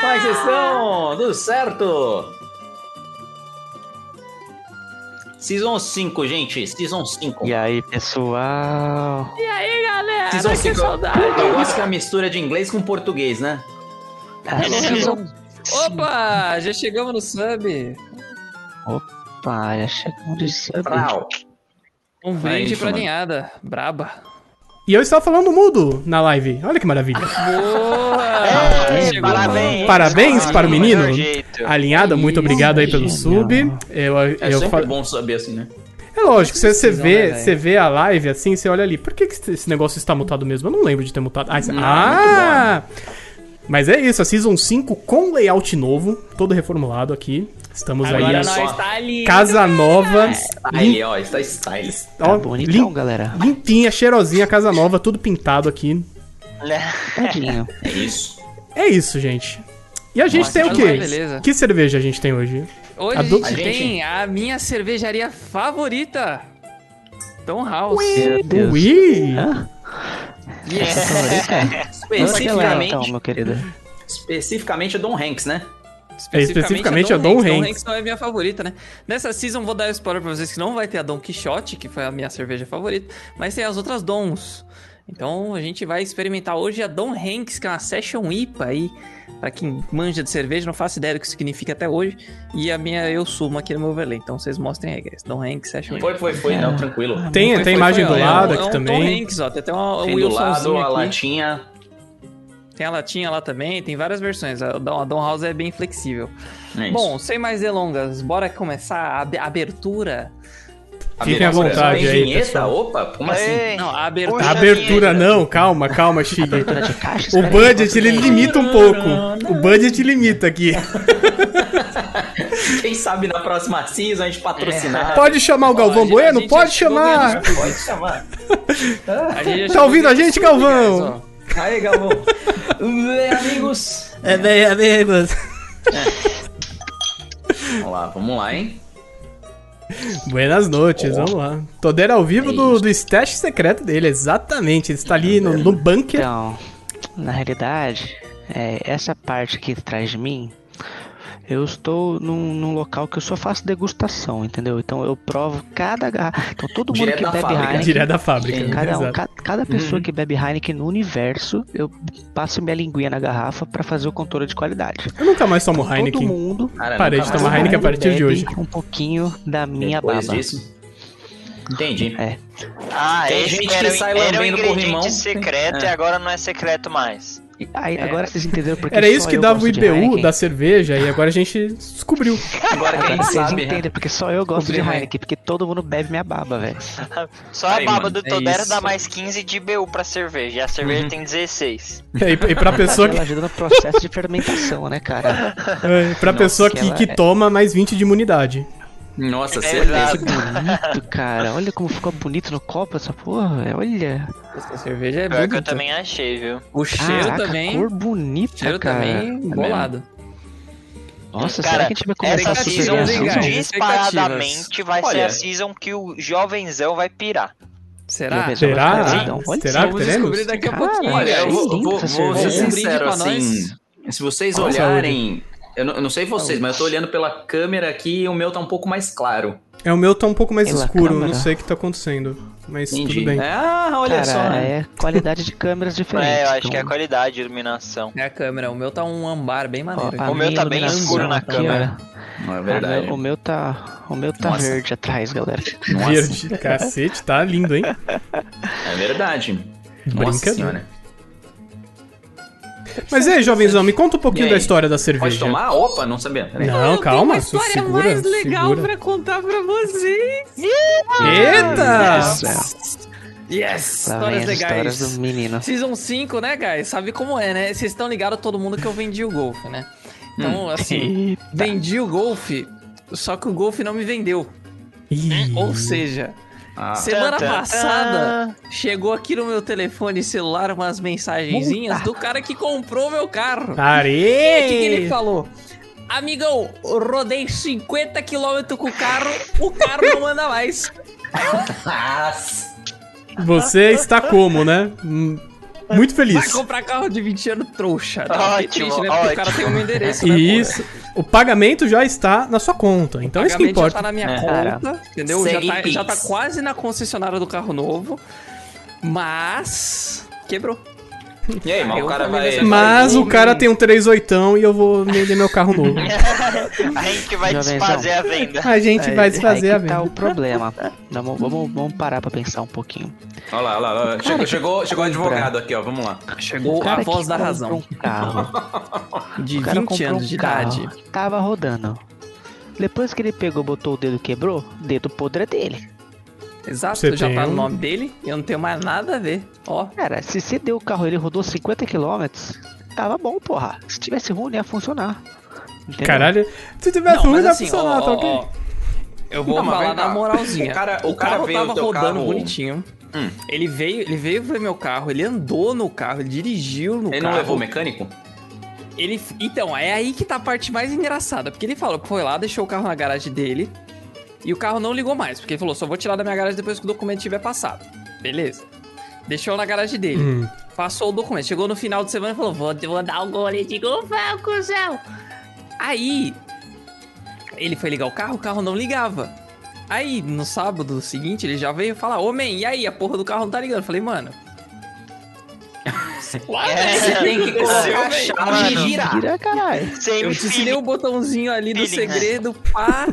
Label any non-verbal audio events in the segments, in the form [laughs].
vocês estão? Tudo certo? Season 5, gente. Season 5. E aí, pessoal? E aí, galera? Season que 5. Ah, tá saudade. Eu gosto que é a mistura de inglês com português, né? A season... Opa, já chegamos no sub. Opa, já chegamos de sub. Prau. Um brinde isso, pra mano. ninhada. Braba. E eu estava falando mudo na live. Olha que maravilha. [laughs] Tá Boa! É, Ei, Chegou. parabéns. Parabéns para o menino. Melhor Tá jeito. Alinhada, Isso, muito obrigado aí pelo genial. sub. Eu, É eu, sempre fa- bom saber assim, né? É lógico, você, você precisão, né, vê, velho? você vê a live assim, você olha ali. Por que, que esse- esse negócio está mutado mesmo? Eu não lembro de ter mutado. Ah! isso- ah! Mas é isso, a Season 5 com layout novo, todo reformulado aqui. Estamos aí. Agora a nós só. tá ali. Casa nova. Tá Aí, ó, está style. ó, Tá bonitão, lim- galera. limpinha, cheirosinha, casa nova, tudo pintado aqui. Tadinho. É isso. É isso, gente. E a gente Nossa, tem o mas quê? vai, beleza. Que cerveja a gente tem hoje? Hoje A a, do- gente A gente- tem a minha cervejaria favorita. Tom House. [laughs] Meu Deus. Ui! Hã? Onde que ela é, então, Especificamente, meu querido? especificamente Don Hanks, né? especificamente a Dom Hanks. Hanks. não é minha favorita, né? Nessa season vou dar um spoiler pra vocês que não vai ter a Don Quixote, que foi a minha cerveja favorita, mas tem as outras Dons. Então a gente vai experimentar hoje a Don Hanks, que é uma Session IPA aí. Pra quem manja de cerveja, não faço ideia do que significa até hoje. E a minha eu sumo aqui no meu overlay. Então vocês mostrem aí, guys. Don Hanks, Session IPA. Foi, foi, foi. Não, tranquilo. É. Tem, Foi, tem foi, imagem foi, do ó, lado é um- aqui é um Tom também. Hanks, ó. Tem até uma Tem do lado, Wilsonzinho a aqui. latinha. Tem a latinha lá também, tem várias versões. A Don, a Don House é bem flexível. É isso. Bom, sem mais delongas, bora começar a ab- abertura. Fiquem à vontade Tem aí, vinheta? pessoal. Opa, como assim? Ei, Não, a abertura. Puxa. Abertura não, calma, [laughs] calma, Chile. Abertura de caixa. O espera aí, budget enquanto- ele limita um pouco. O budget limita aqui. Quem sabe na próxima season a gente patrocinar. Pode chamar o Olha, Galvão Ah, a Bueno? gente é Pode já chegou chamar. Pode chamar. A gente já Tá chegou ouvindo a gente, nesse assunto, Galvão? guys, ó. Aí, Galvão. Bem, amigos. É bem, amigos. Vamos lá, vamos lá, hein? Buenas noites, vamos lá. Toder ao É vivo do, do stash secreto dele, exatamente. Ele está ali no, no bunker. Então, na realidade, é, essa parte aqui atrás de mim, eu estou num, num local que eu só faço degustação, entendeu? Então eu provo cada garrafa. Então todo mundo Direto que da bebe fábrica. Uhum. Heineken. Direto da fábrica. Sim, um Cada, um, Exato. ca- cada pessoa que bebe Heineken no universo, eu passo minha linguinha na garrafa pra fazer o controle de qualidade. Então, Eu nunca mais tomo Todo Heineken. mundo, Cara, Parei nunca de tomar mais. Heineken a todo mundo partir de bebe hoje. um pouquinho da minha Depois baba. disso. [laughs] Entendi. É. Ah, Tem esse gente era, que o- sai era o lambendo ingrediente corrimão. secreto É. e agora não é secreto mais. E aí, Agora vocês entenderam porque Era isso só que eu dava o gosto de IBU Heineken. da cerveja e agora a gente [laughs] descobriu. Agora que a Agora gente vocês sabe, né? entendem, porque só eu gosto de Descobri, né? Heineken, porque todo mundo bebe minha baba, velho. Só Aí, a baba mano, do é Todero isso. dá mais 15 de BU pra cerveja. E a cerveja tem 16. E, e pra pessoa que, Ela ajuda no processo de fermentação, né, cara? é, pra Nossa, pessoa que que, ela que é- toma mais 20 de imunidade. Nossa, É certeza. verdade. Bonito, cara. Olha como ficou bonito no copo essa porra, velho. Olha. Essa cerveja é Pior que eu bonita. também achei, viu? O cheiro Caraca, também. cor O bonita, cheiro cara. Tá é também bolado. Nossa, Cara, será que a gente vai começar a Essa essa subir season season, assim? legal. disparadamente vai ser Olha. a season que o jovenzão vai pirar. Será? Meu Deus, tá Será? Ah, Olha, então, olha Será que Vamos teremos? descobrir daqui a Cara, pouquinho. Olha, eu Achei vou, lindo vou- essa vou cerveja. ser Um brinde sincero pra assim. Se vocês Saúde. olharem. Eu não, eu não sei vocês, mas eu tô olhando pela câmera aqui e o meu tá um pouco mais claro. É, o meu tá um pouco mais Pela escuro, câmera. não sei o que tá acontecendo. Mas Entendi. tudo né? [laughs] bem. Ah, olha Cara, só. é qualidade de câmeras diferente. né? É, eu acho que é a então. [laughs] qualidade, iluminação. É a câmera. O meu tá um ambar bem maneiro. Ó, a O meu minha tá bem iluminação escuro na aqui, ó. câmera. Não é O verdade. meu, o meu tá, o meu tá Nossa. verde atrás, galera. Nossa, Verde, cacete, tá lindo, [laughs] hein? É verdade. Nossa Brincadeira. senhora. Mas e aí, jovenzão, me conta um E pouquinho aí? da história da Pode cerveja. tomar? Opa, não sabia. Peraí. Não, calma, su- segura, segura. contar pra vocês. Eita! Nossa, Yes! Tá Histórias lá vem as legais. histórias do menino. Season 5, né, guys? Sabe como é, né? Vocês estão ligados todo mundo que eu vendi o Golf, né? Então, assim, vendi o Golf, só que o Golf não me vendeu. Ih, né? Ou seja, Ah, semana Tan, tan, passada chegou aqui no meu telefone celular umas mensagenzinhas do cara que comprou meu carro. [laughs] O que, que ele Are! falou? Amigão, rodei 50 km com o carro, o carro não manda mais. Nossa. Você está como, né? Hum, Muito feliz. Vai comprar carro de 20 anos, trouxa. Dá uma Ótimo, triste, né? Porque o cara ótimo. tem o meu endereço, né? E Isso. O pagamento já está na sua conta. Então é isso que Pagamento já importa. tá na minha É. conta, entendeu? Já Segue tá, Pix. já tá quase na concessionária do carro novo, mas quebrou. E aí, mas Eu o cara também vai. nessa- Mas o Homem. cara tem um 38 e eu vou vender meu [laughs] carro novo. A Henk vai Jovenzão. desfazer a venda. A gente Aí- vai desfazer aí a que tá venda. o problema. Vamos, vamos, vamos parar pra pensar um pouquinho. Olha lá, olha lá, olha lá. Chegou, chegou, chegou o advogado aqui, ó. Vamos lá. Chegou a cara voz que da comprou razão. Um carro, De o cara 20 comprou anos um de carro, idade. tava rodando. Depois que ele pegou, botou o dedo e quebrou, dedo podre é dele. Exato, Você já tem tá um- no nome dele, eu não tenho mais nada a ver. Ó, Cara, se você deu o carro ele rodou 50 km, tava bom, porra. Se tivesse ruim, não ia funcionar. Entendeu? Caralho. Se tivesse ruim, dá pra assim, ó, funcionar, tá ó, ok? ó, eu vou Não, mas falar vem cá. na moralzinha. O cara- é. o cara carro veio tava o teu rodando carro- bonitinho. Hum. Ele veio, ele veio ver meu carro, ele andou no carro, ele dirigiu no Ele carro. não levou o mecânico? Ele, então, é aí que tá a parte mais engraçada. Porque ele falou que foi lá, deixou o carro na garagem dele. E o carro não ligou mais. Porque ele falou: só vou tirar da minha garagem depois que o documento tiver passado. Beleza. Deixou na garagem dele. Hum. Passou o documento. Chegou no final de semana e falou: vou, vou dar o gole de gofão, cuzão. Aí. Ele foi ligar o carro, o carro não ligava. Aí, no sábado seguinte, ele já veio falar: Homem, e aí? A porra do carro não tá ligando. Eu falei, mano. Sei lá, né? Você tem que colocar a um Seu chave velho. e virar. Tira, caralho. [laughs] Sem Eu te ensinei o botãozinho ali né?" do Feelings. segredo, pá.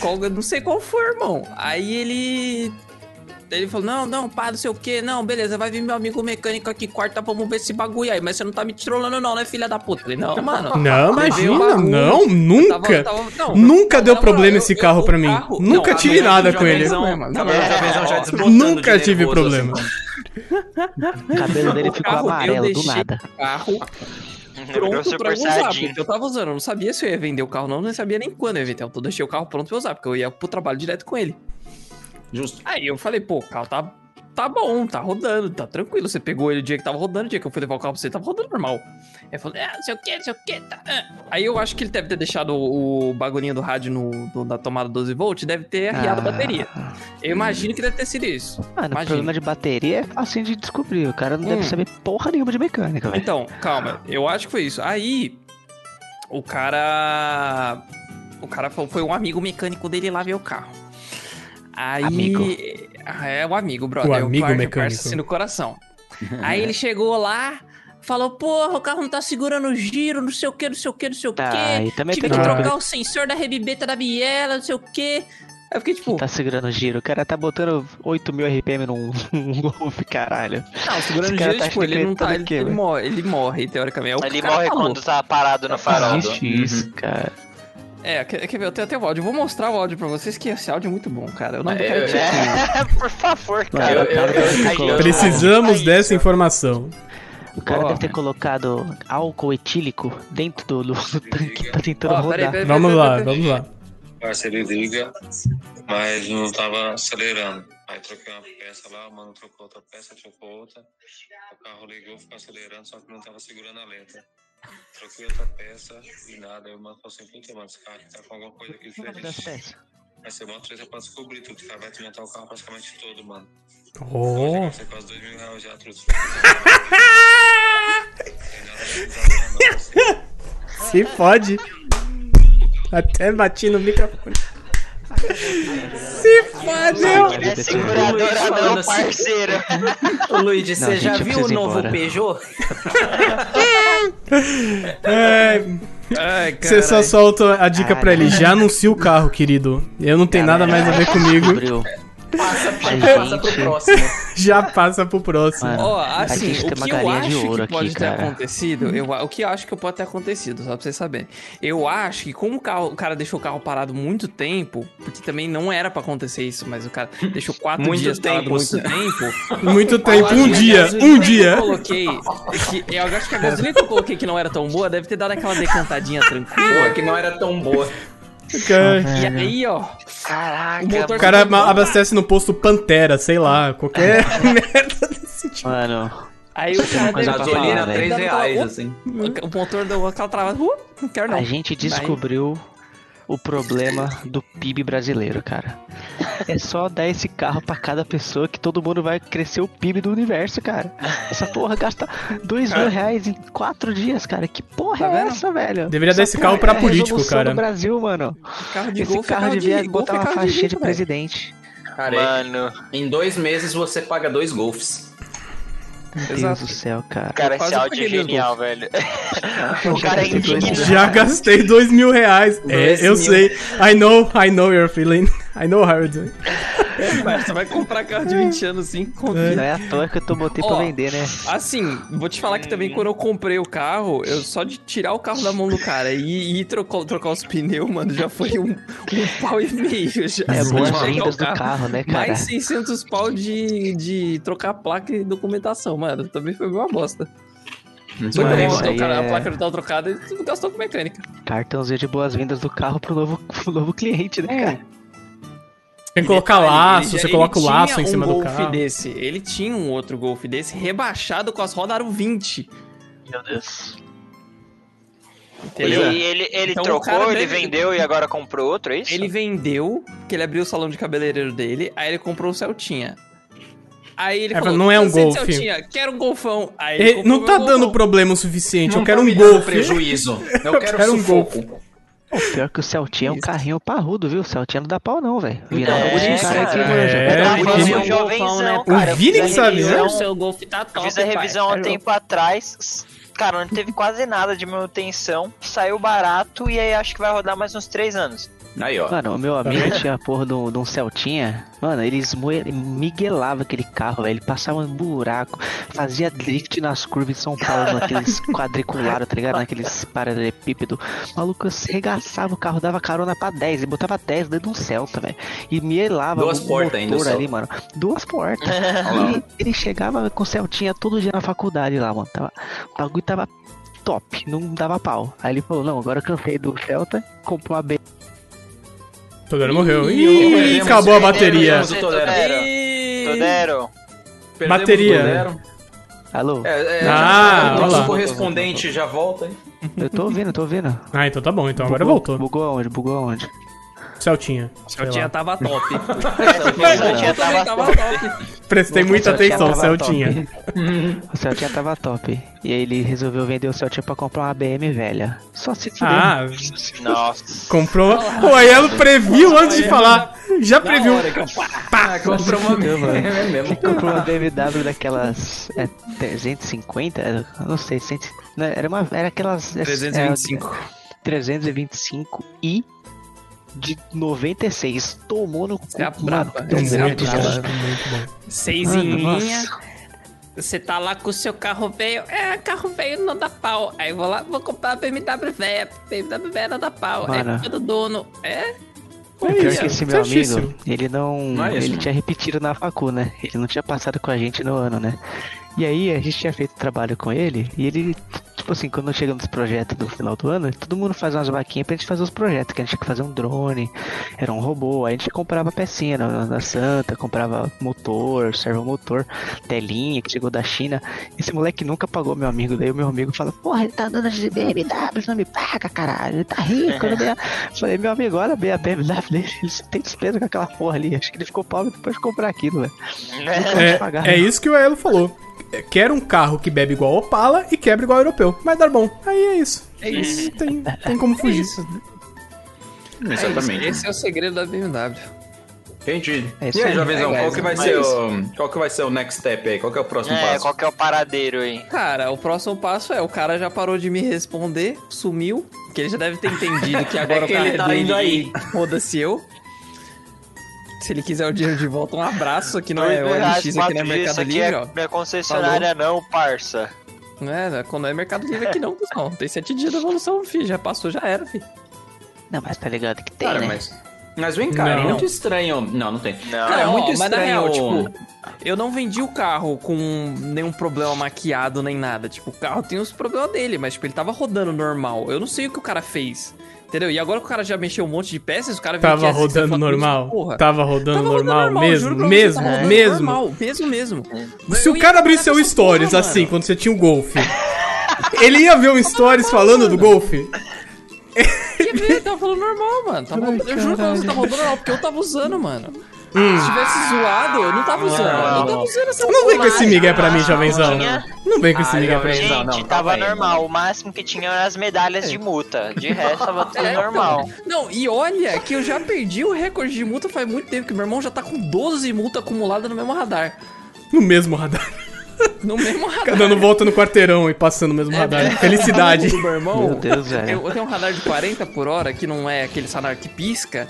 qual, eu não sei qual foi, irmão. Aí ele. Ele falou: não, não, pá, não sei o que, não, beleza, vai vir meu amigo mecânico aqui quarta, vamos ver esse bagulho aí, mas você não tá me trollando, não, né, filha da puta? Eu falei, não, mano. Não, Levei o imagina, bagulho. não, Eu tava- nunca. eu tava- não, Nunca deu não, problema eu- esse eu- carro o pra mim. carro- Nunca não, tive a- nada o com ele. jovenzão, mano, Tá bom, não, é. não, já vem, já não, já ó, desbotando Nunca de tive nervoso, problema. assim. O cabelo dele O ficou carro eu amarelo do deixei nada. o Carro Virou [laughs] pronto pra super usar, saiyajin. porque eu tava usando, eu não sabia se eu ia vender o carro, não, não sabia nem quando eu ia vender, então eu deixei o carro pronto pra usar, porque eu ia pro trabalho direto com ele. Justo. Aí eu falei, pô, o carro tá, tá bom, tá rodando, tá tranquilo. Você pegou ele o dia que tava rodando, o dia que eu fui levar o carro pra você, tava rodando normal. Aí eu falei, ah, não sei o que, não sei o que. Tá, ah. Aí eu acho que ele deve ter deixado o, o bagulhinho do rádio no, do- na tomada 12 volt, deve ter arriado a bateria. Eu imagino que deve ter sido isso. Ah. Mano, Imagina. o problema de bateria é fácil de descobrir. O cara não Hum. deve saber porra nenhuma de mecânica, velho. Então, calma, eu acho que foi isso. Aí, o cara. O cara falou, foi um amigo mecânico dele lá ver o carro. Aí. Amigo. É o amigo, brother. O é amigo par- parça, mecânico. assim, no coração. Aí ele chegou lá, falou: Porra, o carro não tá segurando o giro, não sei o que, não sei o que, não sei o que. Tá, aí também Então, Tive que tem que trocar o sensor da rebibeta da biela, não sei o que. Aí eu fiquei tipo: Tá segurando o giro. O cara tá botando 8 mil RPM num [laughs] num Golf, caralho. Não, segurando esse o cara giro, tá tipo, ele não tá. acreditando Ele, em quê, ele velho? morre, ele morre, teoricamente. É o que Ele o cara morre falou. quando tá parado no farol. Existe isso, cara. É, quer, quer ver? Eu tenho até o áudio. Eu vou mostrar o áudio pra vocês, que esse áudio é muito bom, cara. Eu não É, quero eu- tirar. É, por favor, cara. Eu- eu- eu- Ai, eu- Precisamos Ai, dessa informação. O cara Ó. deve ter colocado álcool etílico dentro do, do, do tanque pra tentando Ó, rodar. peraí, peraí, Vamos peraí, lá, peraí, vamos lá. parceiro liga, mas não tava acelerando. Aí troquei uma peça lá, o mano trocou outra peça, trocou outra. O carro ligou, ficou acelerando, só que não tava segurando a letra. Troquei outra peça e nada. Aí o mano falou assim, puta, mano, esse carro tá com alguma coisa aqui O nome das diferente. peças? Vai ser uma treta pra descobrir tudo, que vai desmontar o carro praticamente todo, mano. Oh. Vai ser quase dois mil reais já, trouxe. [laughs] Tem nada de bizarro, não, assim. Se pode. Até bati no microfone. Se fodeu. Não é seguradora Falando não, assim. parceiro. Ô, Luigi, Não, você já gente, eu viu o preciso ir novo embora. Peugeot? É, Ai, você só caralho. solta a dica pra ele. Já anuncia o carro, querido. Eu não tenho nada mais a ver comigo. Descobriu. Passa, Ai, passa pro gente. próximo. Já passa pro próximo. Mano, Ó, a assim, gente o tem uma que eu galinha de acho ouro que aqui, pode ter cara. acontecido, eu, a- o que eu acho que pode ter acontecido, só pra vocês saberem. Eu acho que como o, carro- o cara deixou o carro parado muito tempo, porque também não era pra acontecer isso, mas o cara deixou quatro Muito dias parado tempo, muito sim. tempo... Muito tempo. Um Olha, a dia. gasolina Um que dia. Eu coloquei. que- eu acho que a gasolina que eu coloquei que não era tão boa deve ter dado aquela decantadinha Pô, tranquila. que não era tão boa. Uhum. Cara, E aí, ó. Caraca, O motor- mano. O cara ma- abastece no posto Pantera, sei lá. Qualquer [laughs] merda desse tipo. Mano, Aí o cara Mas deve ter a gasolina, dado aquela- três dado aquela- Uhum. reais, assim. O motor deu aquela travada. Uh, não quero não. a gente descobriu o problema do PIB brasileiro, cara. É só dar esse carro pra cada pessoa que todo mundo vai crescer o PIB do universo, cara. Essa porra gasta dois mil reais em quatro dias, cara. Que porra Tá é vendo? essa, velho? Deveria dar Essa esse carro porra pra é a político, resolução cara. do Brasil, mano. Carro de Esse golfe é carro devia de, golfe botar é uma carro faixinha de, rico, velho. presidente. Cara, Mano, em dois meses você paga dois golfes. Meu Deus Exato. do céu, cara. cara, quase esse áudio é paguei meus genial, velho. Eu o cara é gastei dois mil indignado. Já gastei dois mil reais. Dois é, eu mil. sei. I know, I know your feeling. I know how you're doing. [laughs] Mas você vai comprar carro de 20 anos, sim, conta. Não é à toa que eu tô botei Ó. pra vender, né? Assim, vou te falar que também quando eu comprei o carro, eu só de tirar o carro da mão do cara e, e trocar, trocar os pneus, mano, já foi um, um pau e meio. Já, É Só boas trocar o vendas do carro, né, cara? Mais 600 pau de, de trocar placa e documentação, mano. Também foi uma bosta. Não Só sei que Mas como eu isso montei é. o cara, aí é- a placa não tava trocada e tudo gastou com mecânica. Cartãozinho de boas-vindas do carro pro novo, [laughs] pro novo cliente, né, cara? Tem que colocar Ele- laço, ele- você ele coloca o tinha laço em um cima do Golf carro. Desse. Ele tinha um outro Golf desse rebaixado com as rodas aro 20. Meu Deus. Ele, Entendeu? ele, ele Então, o cara trocou, ele deve- vendeu e agora comprou outro, é isso? Ele vendeu, porque ele abriu o salão de cabeleireiro dele, aí ele comprou o Celtinha. Aí ele É, falou, não é um "Cansei de Golf." Celtinha, quero um golfão. Aí ele Ele comprou não tá um dando Golfão. problema o suficiente. Não eu quero tá um me dando golfe. prejuízo. Eu, [laughs] Eu quero, quero um um golfe. Pior que o Celtinha é um Isso. carrinho parrudo, viu? O Celtinha não dá pau não, velho. Virar É, um de cara aqui, cara. mano. já É, vai dar Tá um golfe. o fazendo Vini- um jovenzão, né? cara. O Vini Eu que fiz a sabe, revisão- né? seu golfe tá top, Eu fiz a pai. revisão há um tempo atrás. s- Cara, não teve quase nada de manutenção. Saiu barato e aí acho que vai rodar mais uns 3 anos. Aí, ó. Mano, o meu amigo tinha a porra de um, de um Celtinha. Mano, ele esmoe- miguelava aquele carro, velho. Ele passava em buraco, fazia drift nas curvas em São Paulo, [laughs] naqueles quadriculados, tá ligado? Naqueles paralelepípedos. O maluco regaçava o carro, dava carona pra 10 e botava 10 dentro de um Celta, velho. E mielava Duas o portas motor ainda, o ali, Celta. mano. Duas [laughs] portas. lá. ele, ele chegava com o Celtinha todo dia na faculdade lá, mano. Tava, o bagulho tava top, não dava pau. Aí ele falou, não, agora eu cansei do Celta, comprou uma Todo mundo morreu. Ih, é Ih, acabou a perdemos, bateria. perdemos. Todero. Todero. Perdemos Bateria. o Todero. Alô? É, é, Ah, já- o olha lá. nosso correspondente já volta, hein? Eu tô ouvindo, eu tô ouvindo. Ah, então tá bom. Então agora Bugou- voltou. Bugou aonde? Bugou aonde? Celtinha. sei lá. Celtinha tava top. Celtinha Eu também tava tava top. Prestei muita O Celtinha atenção, tava Celtinha. top. O Celtinha tava top. E aí ele resolveu vender o Celtinha pra comprar uma BM velha. Só se fuder. Ah, Nossa. comprou. O Aiello previu antes de falar. Já Na previu. hora que eu- Ah, comprou uma É mesmo. Comprou uma BMW daquelas é, 350, Era- não sei, 100, não, era uma era aquelas é, 325. é, 325 e de 96 tomou no cu. Você é mano. braba, Tomou você é no cu. braba. Muito bom. Mano, Seisinha. nossa. Você tá lá com o seu carro velho. É, carro velho não dá pau. Aí eu vou lá, vou comprar a BMW velha. BMW velha não dá pau. Mano. É culpa do dono. É? É Pior isso, que esse meu certíssimo. amigo, ele não. Não é isso, ele mano. tinha repetido na facu, né? Ele não tinha passado com a gente no ano, né? E aí a gente tinha feito trabalho com ele, e ele, tipo assim, quando chega nos projetos do final do ano, todo mundo faz umas vaquinhas pra gente fazer os projetos, que a gente tinha que fazer um drone, era um robô, aí a gente comprava pecinha na, na Santa, comprava motor, servomotor, telinha que chegou da China. Esse moleque nunca pagou meu amigo, daí o meu amigo fala, porra, ele tá andando de BMW, não me paga, caralho, ele tá rico, eu não dei a-" Falei, meu amigo, olha bem a BMW dele, [laughs] ele só tem despesa com aquela porra ali. Acho que ele ficou pobre depois de comprar aquilo, né? velho. Nunca vai te pagar. né? É, é isso que o Aiello falou. Quero um carro que bebe igual Opala e quebra igual europeu. Vai dar bom. Aí é isso. É isso. Tem, [laughs] tem como É fugir. né? Exatamente. Esse é o segredo da BMW. Entendi. É isso e aí, aí. jovenzão, É, qual guys, que vai né? mas ser é o. Qual que vai ser o next step aí? Qual que é o próximo É, passo? qual que é o paradeiro aí? Cara, o próximo passo é, o cara já parou de me responder, sumiu, que ele já deve ter entendido [laughs] que agora É que o cara ele é tá dele indo aí. e Foda-se eu. Se ele quiser o dinheiro de volta, um abraço aqui não é Dois mil reais, OLX aqui na quatro dias, Mercado isso aqui Livre, é ó. minha concessionária não, parça. Não é, não é- quando é Mercado Livre aqui não, pessoal. Tem sete dias de evolução, fi. Já passou, já era, fi. Não, mas tá ligado que tem, Cara, né? mas. Mas vem cá, é Não. muito estranho. Não, não tem. Não. Cara, é Não, muito ó, mas na estranho. real, tipo, Eu não vendi o carro com nenhum problema maquiado nem nada. Tipo, o carro tem os problemas dele, mas tipo, ele tava rodando normal. Eu não sei o que o cara fez. Entendeu? E agora que o cara já mexeu um monte de peças, o cara vem Tava aqui, assim, você rodando fala, normal. Porra. Tava rodando Tava rodando normal mesmo, juro pra você, mesmo, tava rodando mesmo. normal, mesmo, mesmo. Se Eu o ia cara comprar abrisse seu essa stories porra, assim, mano. quando você tinha o Golf, ele ia ver um stories falando do Golf? Que tava falando normal, mano. Tava, Ai, eu juro pra você, caralho. tava rodando normal, porque eu tava usando, mano. Se tivesse zoado, eu não tava usando. eu não tava usando essa Hum. Não vem com esse bobagem. migué pra mim, jovenzão. tinha- Não vem com esse Ah, migué pra mim. Gente, Não, não, tava calma aí, normal. O máximo que tinha eram as medalhas de multa. De resto, tava tudo [laughs] É, então. normal. Não, e olha que eu já perdi o recorde de multa faz muito tempo, que meu irmão já tá com 12 multas acumuladas no mesmo radar. No mesmo radar. [laughs] No mesmo radar. Dando volta no quarteirão e passando no mesmo radar. Felicidade. Do meu irmão, Meu Deus, velho. Eu, eu tenho um radar de 40 por hora, que não é aquele radar que pisca,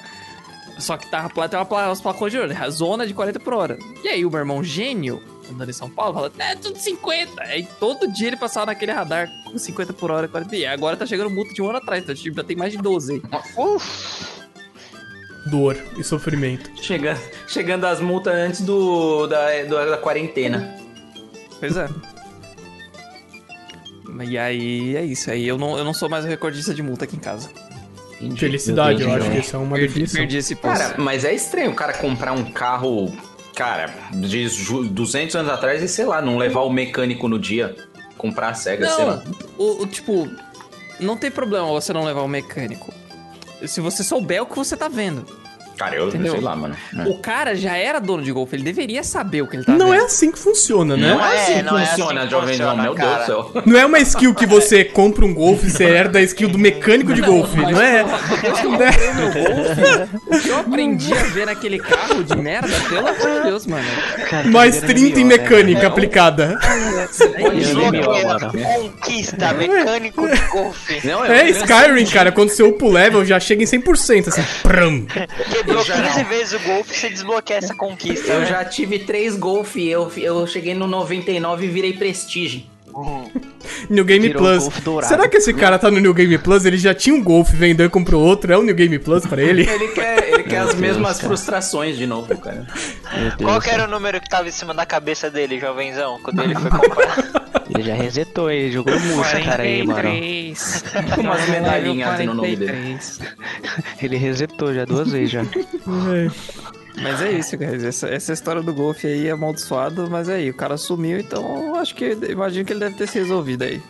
só que tá, tem uma, pla- umas placas de ouro, né? a zona de 40 por hora. E aí o meu irmão gênio, andando em São Paulo, fala, é tudo 50. Aí todo dia ele passava naquele radar com 50 por hora, 40. E agora tá chegando multa de um ano atrás, então tipo, já tem mais de 12 aí. Dor e sofrimento. Chegando, tipo, chegando as multas antes do, da, do- da quarentena. Pois é. E aí é isso, aí eu não, eu não sou mais o recordista de multa aqui em casa. Felicidade, eu Meu Deus, acho que gente. isso é uma perdi, definição. perdi esse posto. Cara, mas é estranho o cara comprar um carro, cara, de ju- 200 anos atrás e, sei lá, não levar o mecânico no dia. Comprar a cega, sei lá. Não, o, o tipo, não tem problema você não levar o mecânico. Se você souber o que você tá vendo. Cara, eu Entendeu? sei lá, mano. É. O cara já era dono de golfe, ele deveria saber o que ele tá Não é vendo. assim que funciona, né? Não é assim que não é assim funciona, que jovem João, funciona, meu cara. Deus do céu. Não é uma skill que você compra um golfe e você herda a skill do mecânico de golfe, Mas, não é? pô, Depois que eu comprei o meu golfe, o que eu aprendi a ver naquele carro de merda, pelo amor de Deus, mano. Cara, [laughs] que Mais grande 30 em melhor, assim, né? mecânica velho. aplicada. Eu Isso lembro aqui é agora. Conquista, mecânico de golfe. Não, É eu- Skyrim, cara. Quando você upa o level, já chega em 100%, assim. Pram. Quebrou 15 vezes o golfe você desbloqueia essa conquista. Eu né? já tive três Golf, eu, eu cheguei no 99 e virei Prestige. New Game Virou Plus. golfe dourado. Será que esse cara tá no New Game Plus? Ele já tinha um golfe, vendeu e comprou outro. É o New Game Plus pra ele? Ele quer, ele quer as Deus, mesmas cara. frustrações de novo, cara. Meu Deus, Qual que era o número que tava em cima da cabeça dele, jovenzão, quando ele foi comprar? Ele já resetou, ele jogou murcha, cara, aí, mano. 43. Umas medalhinhas no nome dele. 43. Ele resetou já duas vezes, [laughs] já. Mas é isso, guys. Essa, essa história do golfe aí é amaldiçoado, mas aí, o cara sumiu, então eu acho que imagino que ele deve ter se resolvido aí.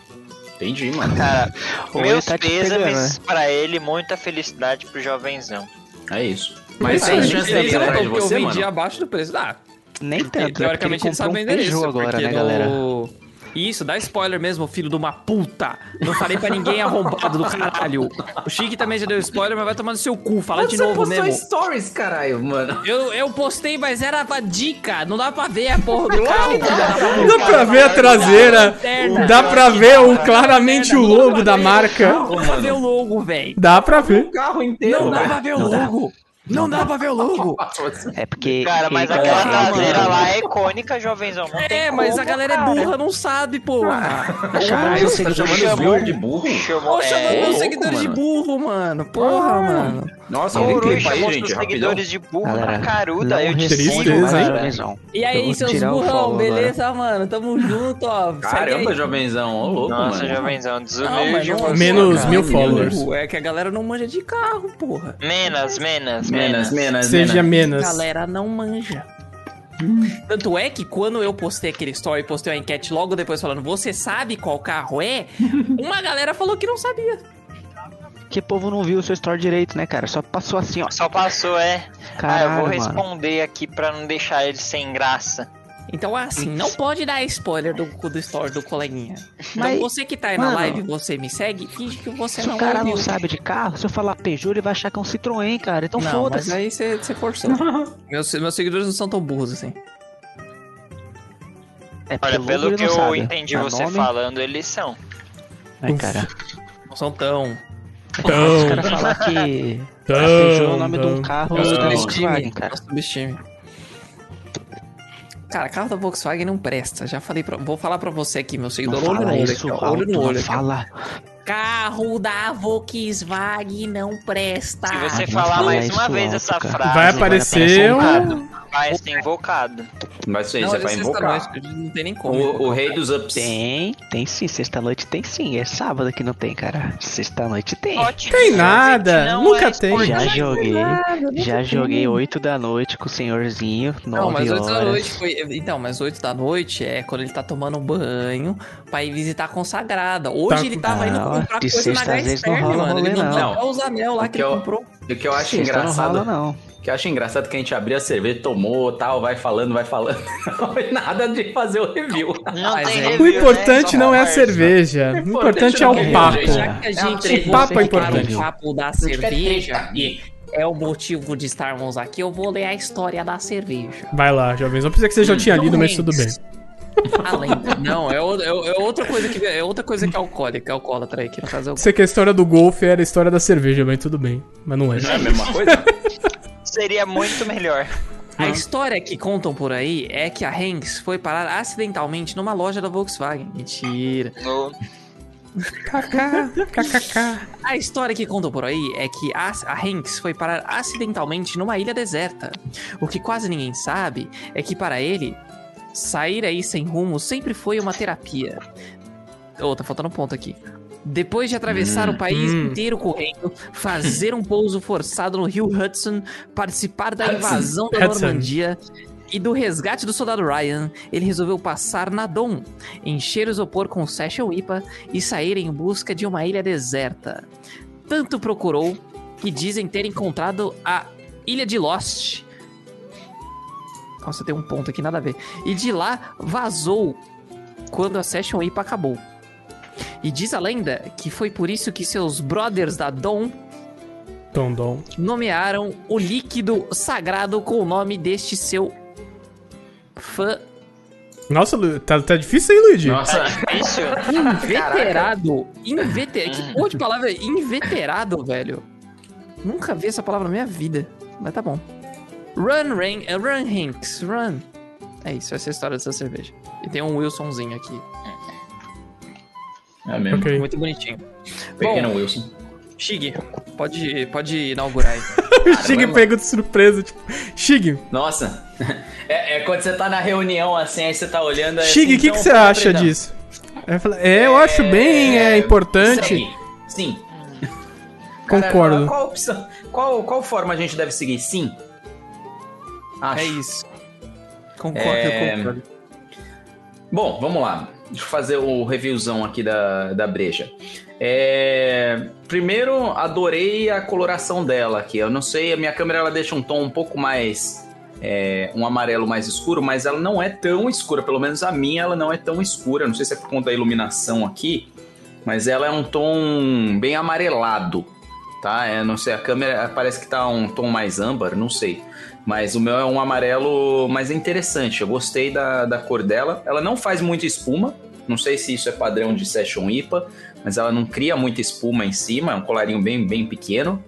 Entendi, mano. Cara, Ou ele meus tá te pêsames pra ele, muita felicidade pro jovenzão. É isso. Mas Ah, tem ele chance fez dele ir um atrás de golpe que você, eu vendi mano? abaixo do preço. Ah, Nem tanto, Teoricamente é ele porque ele sabe o comprou um endereço. Peugeot agora, porque né, galera? no- Isso, dá spoiler mesmo, filho de uma puta. Não falei pra ninguém arrombado do caralho. O Chique também já deu spoiler, mas vai tomar no seu cu. Fala de novo mesmo. stories, caralho, mano. Eu, eu postei, mas era pra dica. Não dá pra ver a porra do carro. Dá pra ver a traseira. né? Dá pra ver o, claramente o logo da marca. Não dá pra ver o logo, velho. Dá pra ver. O carro inteiro, Não dá velho. pra ver o logo. Não dá pra ver o logo. É porque. Cara, ele mas comprou aquela um traseira Peugeot. lá é icônica, jovenzão. Não tem É, mas como, a galera é cara. burra, não sabe, porra. Caralho, Caralho, você tá chamando os viewers de burro? Chamou, Ô, chamando é, meus louco, seguidores de mano. burro, mano. Ah. Porra, mano. Nossa, Coruja, o clipe aí, chamou gente, seus rapidão. seguidores de burro Galera, na caruda, eu não te respeito, sigo, Tristeza, hein? cara. Visual. E Eu aí, vou seus tirar o burrão, follow beleza, mano? Tamo junto, ó. Segue Caramba, aí. jovenzão, ô louco, Nossa, mano. jovenzão, Não, mas desumilde não, Menos cara, mil que followers. burro. É que a galera não manja de carro, porra. Menas, Menas, menas, menas. né, menas, menas. A Seja menos. galera não manja. Hum. Tanto é que quando eu postei aquele story, postei uma enquete logo depois falando, você sabe qual carro [laughs] é? Uma galera falou que não sabia. Que povo não viu o seu story direito, né, cara? Só passou assim, ó. Só passou, é. ah, eu vou Caralho, mano. responder aqui pra não deixar ele sem graça. Então assim, não pode dar spoiler do, do story do coleguinha. Mas, então você que tá aí na mano, live, você me segue, finge que você Se não o cara ouviu. não um sabe de carro, se eu falar Peugeot, ele vai achar que é um Citroën, cara. Então não, mas foda-se. aí você você [laughs] forçou. meus, meus seguidores não são tão burros assim. É Olha, logo ele pelo que não eu sabe. entendi Mas você nome- falando, eles são. Ai, cara. Não são tão. Os Então, caras falar [laughs] que a Peugeot é o nome de um então. carro Não. da Subestime. Volkswagen, cara. Não subestime. Cara, carro da Volkswagen não presta. Já falei pra... Vou falar pra você aqui, meu Não seguidor. Olho no fala olho, isso, aqui, ó, alto, olho no não olho. aqui, ó. fala. Carro da Volkswagen não presta. Se você não falar fala mais Ah, isso uma vez alto, essa cara. um- frase, vai aparecer um. vai ser invocado. Mas isso aí, não, você ele é vai sexta invocar. noite, Não tem nem como. O, o rei dos ups. Tem, tem sim. Sexta-noite tem sim. É sábado que não tem, cara. Sexta-noite tem. Ótimo. Tem nada, nunca tem. é esporte. Já joguei. Já joguei 8 da noite com o senhorzinho. 9 Não, mas 8 horas. da noite foi. Então, mas 8 da noite é quando ele tá tomando banho pra ir visitar a consagrada. Hoje Tá- ele tava indo Não, comprar de coisa na Ah, sexta às vezes não Gasterne, rola mano. Ele rolê, mandou não. até os anel lá O que, que ele eu- comprou. E O que eu acho Sexta engraçado. Não rola, não. O que eu acho engraçado é que a gente abria a cerveja, tomou, tal, vai falando, vai falando. [laughs] Não foi nada de fazer o review. Não Mas tem é- review, O né? importante Só não é a conversa. cerveja. O importante é não o é, papo. gente. Já que a gente sei. levou O papo é para importante. o papo da cerveja, que é o motivo de estarmos aqui, eu vou ler a história da cerveja. Vai lá, jovens. Não precisa que você já tinha Tom lido, mas Hanks. tudo bem. Além. [laughs] Não, é, o- é o- é outra coisa que é outra coisa que é alcoólica, é alcoólatra aí, que no caso é o Sei que a história do golfe era a história da cerveja, mas tudo bem. Mas não é. Não é a mesma coisa? Seria muito melhor. [laughs] A história que contam por aí é que a Hanks foi parar acidentalmente numa loja da Volkswagen. Mentira. No- KK, KKK. A história que contam por aí é que a, a Hanks foi parar acidentalmente numa ilha deserta. O que quase ninguém sabe é que para ele, sair aí sem rumo sempre foi uma terapia. Oh, tá faltando um ponto aqui. Depois de atravessar o país hum. inteiro correndo, fazer um pouso forçado no rio Hudson, participar da invasão da Hudson. Normandia e do resgate do soldado Ryan, ele resolveu passar na Dom, encher o isopor com Session IPA e sair em busca de uma ilha deserta. Tanto procurou que dizem ter encontrado a Ilha de Lost. Nossa, tem um ponto aqui, nada a ver. E de lá vazou quando a Session IPA acabou. E diz a lenda que foi por isso que seus brothers da Dom Dom, dom. nomearam o líquido sagrado com o nome deste seu fã Nossa, Lu- tá, tá difícil aí, Luigi. Nossa, Isso. inveterado. Inveterado. Que porra de palavra é inveterado, velho? Nunca vi essa palavra na minha vida. Mas tá bom. Run, Ran, eh, Run Hanks, Run. É isso, essa é a história dessa cerveja. E tem um Wilsonzinho aqui. é mesmo. Ok. Muito bonitinho. Pequeno Bom, Wilson. Shig, pode, pode inaugurar aí. [laughs] O né, Shig pegou de surpresa. Tipo, Shig, Nossa. [laughs] É, é quando você tá na reunião assim, aí você tá olhando. aí, Shig, assim, o que, então, que você tá acha treinando. disso? Aí eu falo, É, eu acho bem, é importante. Segue. Sim. Cara, Concordo. qual, opção- qual, qual forma a gente deve seguir? Sim. Acho. É isso. Concordo, É, concordo. Bom, vamos lá. Deixa eu fazer o reviewzão aqui da, da breja. É, Primeiro, adorei a coloração dela aqui. Eu não sei, a minha câmera ela deixa um tom um pouco mais. é, um amarelo mais escuro, mas ela não é tão escura. Pelo menos a minha ela não é tão escura. Não sei se é por conta da iluminação aqui, mas ela é um tom bem amarelado. Tá? É, não sei, a câmera parece que tá um tom mais âmbar, não sei. Mas o meu é um amarelo mais interessante. Eu gostei da, da cor dela. Ela não faz muita espuma. Não sei se isso é padrão de Session IPA, mas ela não cria muita espuma em cima. É um colarinho bem, bem pequeno.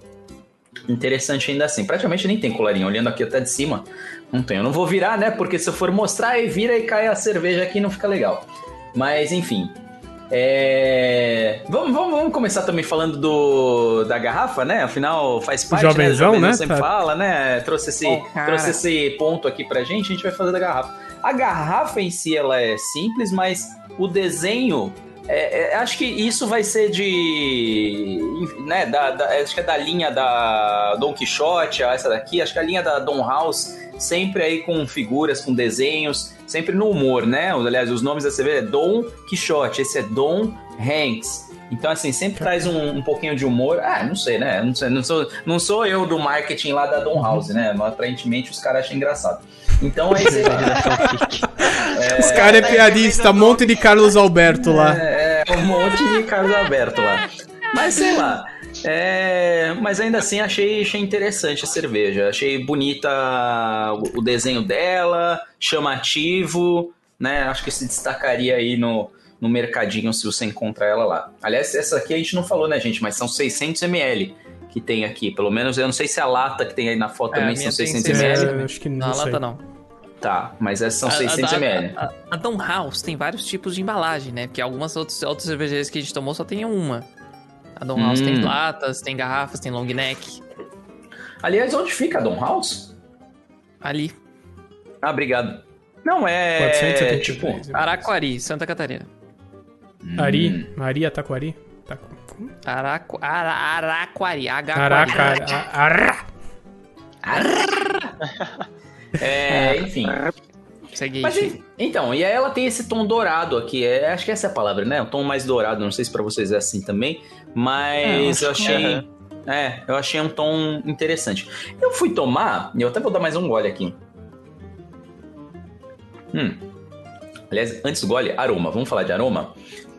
Interessante ainda assim. Praticamente nem tem colarinho. Olhando aqui até de cima, não tem. Eu não vou virar, né? Porque se eu for mostrar, aí vira e cai a cerveja aqui não fica legal. Mas enfim. É, Vamos, vamos, vamos começar também falando do da garrafa, né? Afinal, faz parte. jovenzão, né? O né? sempre Tá- fala, né? Trouxe esse, Bom, cara. trouxe esse ponto aqui pra gente, a gente vai fazer da garrafa. A garrafa em si ela é simples, mas o desenho. é- é- acho que isso vai ser de. Né, da, da- acho que é da linha da Don Quixote, essa daqui. Acho que é a linha da Don House, sempre aí com figuras, com desenhos, sempre no humor, né? Aliás, os nomes da cerveja é Don Quixote, esse é Don Hanks. Então, assim, sempre traz um, um pouquinho de humor. Ah, não sei, né? Não, sei, não, sou, não sou eu do marketing lá da Don House, né? Mas aparentemente os caras acham engraçado. Então, aí [laughs] você Cerveja da fanfic. Os caras é piadista, monte de Carlos Alberto lá. é, é um monte de Carlos Alberto lá. Mas sei lá. É, mas ainda assim achei, achei interessante a cerveja. Achei bonita o, o desenho dela, chamativo, né? Acho que se destacaria aí no, no mercadinho se você encontrar ela lá. Aliás, essa aqui a gente não falou, né, gente? Mas são 600 ml que tem aqui. Pelo menos eu não sei se a lata que tem aí na foto É, a também minha são tem 600 600 ml. É, acho que Não, não a sei. lata não. Tá, mas essas são A- 600 a, ml. A, a, a Don House tem vários tipos de embalagem, né? Porque algumas outras, outras cervejarias que a gente tomou só tem uma. A Don House Hum. tem latas, tem garrafas, tem long neck. Aliás, onde fica a Don House? Ali. Ah, obrigado. Não, é. 473. Tipo. Araquari, Santa Catarina. né? Hum. hum, Ari, Ari, Ataquari. Taco- Araco, ara, Araquari, Agaquari. Caraca, a- ará. É, enfim. Segue Mas, aí. en- então, e aí ela tem esse tom dourado aqui. é- acho que essa é a palavra, né? Um tom mais dourado. Não sei se pra vocês é assim também. Mas É, eu acho que achei. É, eu achei um tom interessante. Eu fui tomar, e eu até vou dar mais um gole aqui. Hum. Aliás, antes do gole, aroma. Vamos falar de aroma?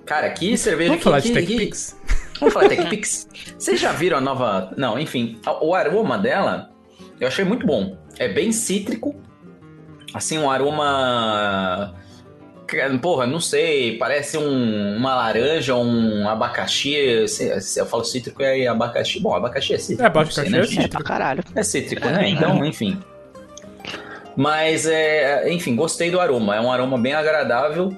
Cara, que cerveja Vamos que- falar de que- Tech que- Pix? Vamos falar TechPix. Vocês já viram a nova. Não, enfim. a- O aroma dela eu achei muito bom. É bem cítrico. Assim, um aroma. Cara, Porra, não sei. Parece um- uma laranja, um abacaxi. Se, se eu falo cítrico, é abacaxi. Bom, abacaxi é cítrico. É, abacaxi não sei, é gente? É pra [laughs] caralho. É cítrico, né? Então, enfim. Mas, é, enfim, gostei do aroma. É um aroma bem agradável.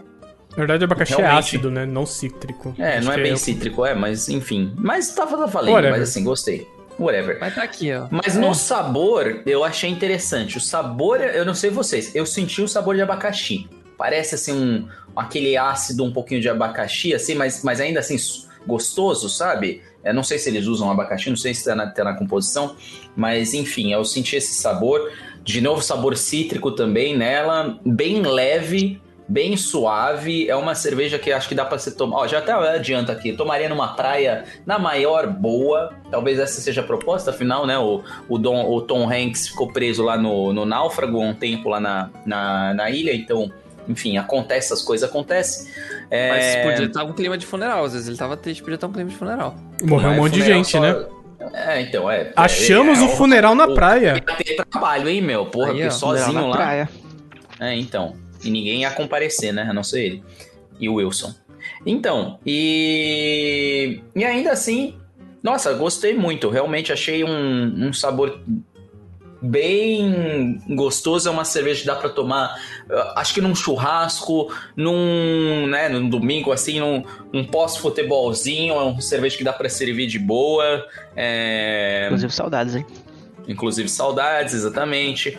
Na verdade, abacaxi é Realmente. ácido, né? Não cítrico. É, Acho não é que bem eu- cítrico, é, mas enfim. Mas tava, tava valendo, Whatever. mas assim, gostei. Whatever. Mas tá aqui, ó. Mas É. no sabor, eu achei interessante. O sabor, eu não sei vocês, eu senti o sabor de abacaxi. Parece assim um aquele ácido um pouquinho de abacaxi assim, mas, mas ainda assim s- gostoso, sabe? Eu não sei se eles usam abacaxi, não sei se tá na, tá na composição, mas enfim, eu senti esse sabor. De novo, sabor cítrico também nela, bem leve, bem suave. É uma cerveja que acho que dá pra se tomar. Ó, já até adianta aqui, tomaria numa praia na maior boa. Talvez essa seja a proposta, afinal, né? O, o, Dom- o Tom Hanks ficou preso lá no, no náufrago há um tempo lá na, na, na ilha, então, enfim, acontece, essas coisas acontecem. É, Mas podia estar um clima de funeral. Às vezes ele tava triste, podia estar um clima de funeral. Morreu um mas monte de é funeral gente, só- né? É, então, é. Achamos é, é, o funeral na o- praia. Vai ter trabalho, hein, meu? Porra, Aí, porque ó, sozinho Lá na lá. praia. É, então. E ninguém ia comparecer, né? A não ser ele. E o Wilson. Então, e. E ainda assim, nossa, gostei muito. Realmente achei um, um sabor bem gostoso. É uma cerveja que dá pra tomar, eh, acho que num churrasco, num, né, num domingo assim, num, num pós-futebolzinho. É uma cerveja que dá pra servir de boa. É, Inclusive, saudades, hein? inclusive saudades, exatamente.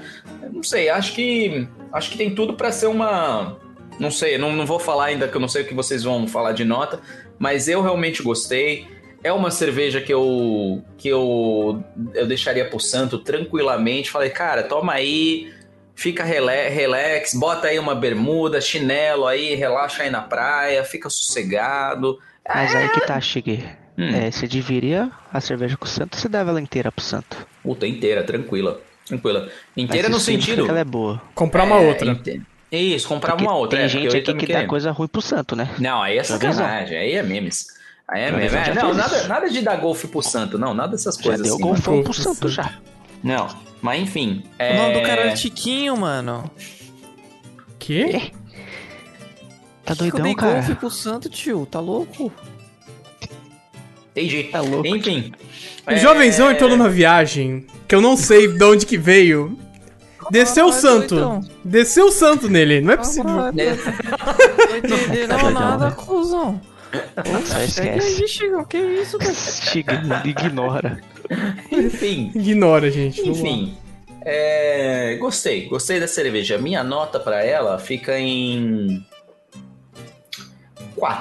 Não sei, acho que acho que tem tudo pra ser uma, não sei, não, não vou falar ainda que eu não sei o que vocês vão falar de nota, mas eu realmente gostei. É uma cerveja que eu que eu eu deixaria pro Santo tranquilamente. Falei, cara, toma aí, fica rela- relax, bota aí uma bermuda, chinelo aí, relaxa aí na praia, fica sossegado. Mas aí que tá, Shiggy. Hum. É, você dividia a cerveja com o santo, você dava ela inteira pro santo. Puta inteira, tranquila. Tranquila. Mas Inteira no isso significa sentido. que ela é boa. Comprar uma É, outra. ente- Isso, comprar Porque uma outra. Tem é, porque gente eu aqui também que dá quero. coisa ruim pro santo, né? Não, aí é Talvez não. sacanagem, aí é memes. Aí é Talvez memes. não, É, já não, fez nada, isso. nada de dar golfe pro santo, não, nada dessas Já coisas deu assim. golfão mano. pro santo já. mano. Não, mas enfim. O É... nome do cara era Tiquinho, mano. Que? Tá eu doidão, dei [laughs] cara? golfe pro santo, tio. Tá louco? Entendi. Tá louco. Enfim. é, O jovenzão entrou numa viagem que eu não sei de onde que veio. Desceu o Rapaz, santo. doidão. Desceu o santo nele. Não é possível. Rapaz, [laughs] Não entendi Tá não, doidão, nada, né? cuzão. Só Pega esquece. aí, Chico. Que isso, cara? Shiggy ignora. Enfim. Ignora, gente. Vamos lá. Enfim, é, gostei, gostei da cerveja. Minha nota pra ela fica em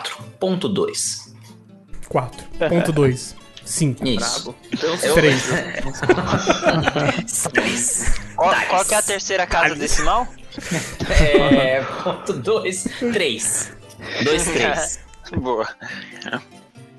4.2. 4. Ponto 2. Tá 5. Isso. Eu- 3. Qual, qual que é a terceira casa decimal? É, ponto 2, [laughs] 3. 2, 3. Boa.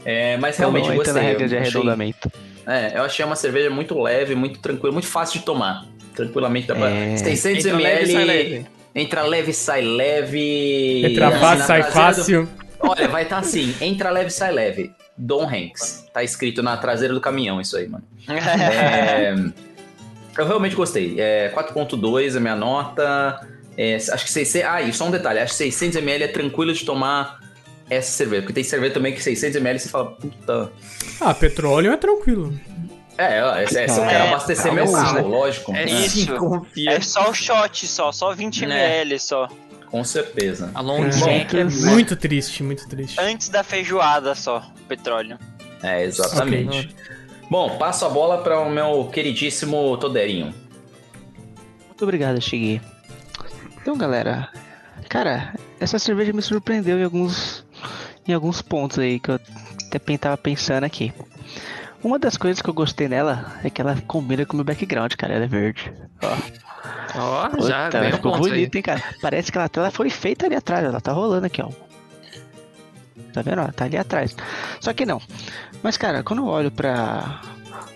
É, mas Então realmente não entra na gostei. regra de Eu achei, arredondamento. é, eu achei uma cerveja muito leve, muito tranquila, muito fácil de tomar. Tranquilamente dá pra. É. 600 Entra leve, sai leve. ml. Entra leve, sai leve. Entra Assim, fácil, na sai traseira do- fácil. Olha, vai estar assim: entra leve, sai leve. Don Hanks. Tá escrito na traseira do caminhão, isso aí, mano. É, eu realmente gostei. É, 4.2 a minha nota. É, acho que 600... Ah, e só um detalhe. Acho que 600ml é tranquilo de tomar essa cerveja. Porque tem cerveja também que 600ml você fala... Puta... Ah, petróleo é tranquilo. É, ó, é, é, se eu É, quero abastecer meu talvez, carro, né? lógico. É né? [laughs] Isso. É só o shot só, só 20 Né? ml só. Com certeza. A longevidade é Bom. muito... Muito triste, muito triste. Antes da feijoada só, petróleo. É, exatamente. Bom, passo a bola para o meu queridíssimo Toderinho. Muito obrigado, Shiggy. Então, galera, cara, essa cerveja me surpreendeu em alguns, em alguns pontos aí que eu até pen- tava pensando aqui. Uma das coisas que eu gostei nela é que ela combina com o meu background, cara. Ela é verde. Ó, né? já Puta, ganhou ficou ponto aí. bonita, hein, cara. Parece que ela, ela foi feita ali atrás. Ela tá rolando aqui, ó. Tá vendo? Ela tá ali atrás. Só que não. Mas, cara, quando eu olho pra,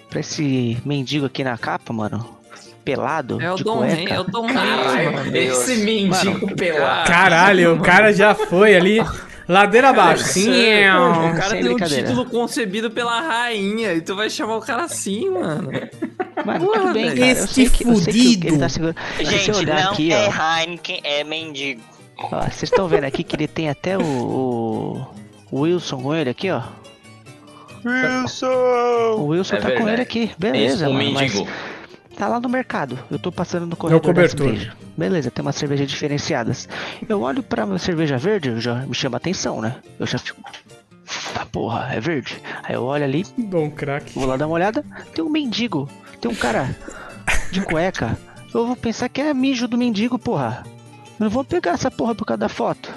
pra esse mendigo aqui na capa, mano, pelado, É o de Dom cueca, Ren, é o Dom Caralho, Ren. esse mendigo pelado. Caralho, o cara já foi ali. Ladeira abaixo. Sim, Sim. o cara Sem tem um brincadeira. título concebido pela rainha e tu vai chamar o cara assim, mano. Mano, Porra, tudo bem, velho. cara. eu sei Este que- eu sei que fudido. ele tá segurando. Mas Se Gente, eu olhar não aqui, é ó, Heineken, é mendigo. ó, vocês estão vendo aqui que ele tem até o, o- o Wilson com ele aqui, ó. Wilson! O Wilson É tá com verdade. ele aqui, Esse beleza. é um mano, mas mendigo. tá lá no mercado. Eu tô passando no corredor da cobertor. cerveja. Beleza, tem umas cervejas diferenciadas. Eu olho pra uma cerveja verde, eu já me chama atenção, né? Eu já fico. Tá porra, é verde. Aí eu olho ali, Dom crack. Vou lá dar uma olhada. Tem um mendigo. Tem um cara de cueca. Eu vou pensar que é mijo do mendigo, porra. Eu não vou pegar essa porra por causa da foto.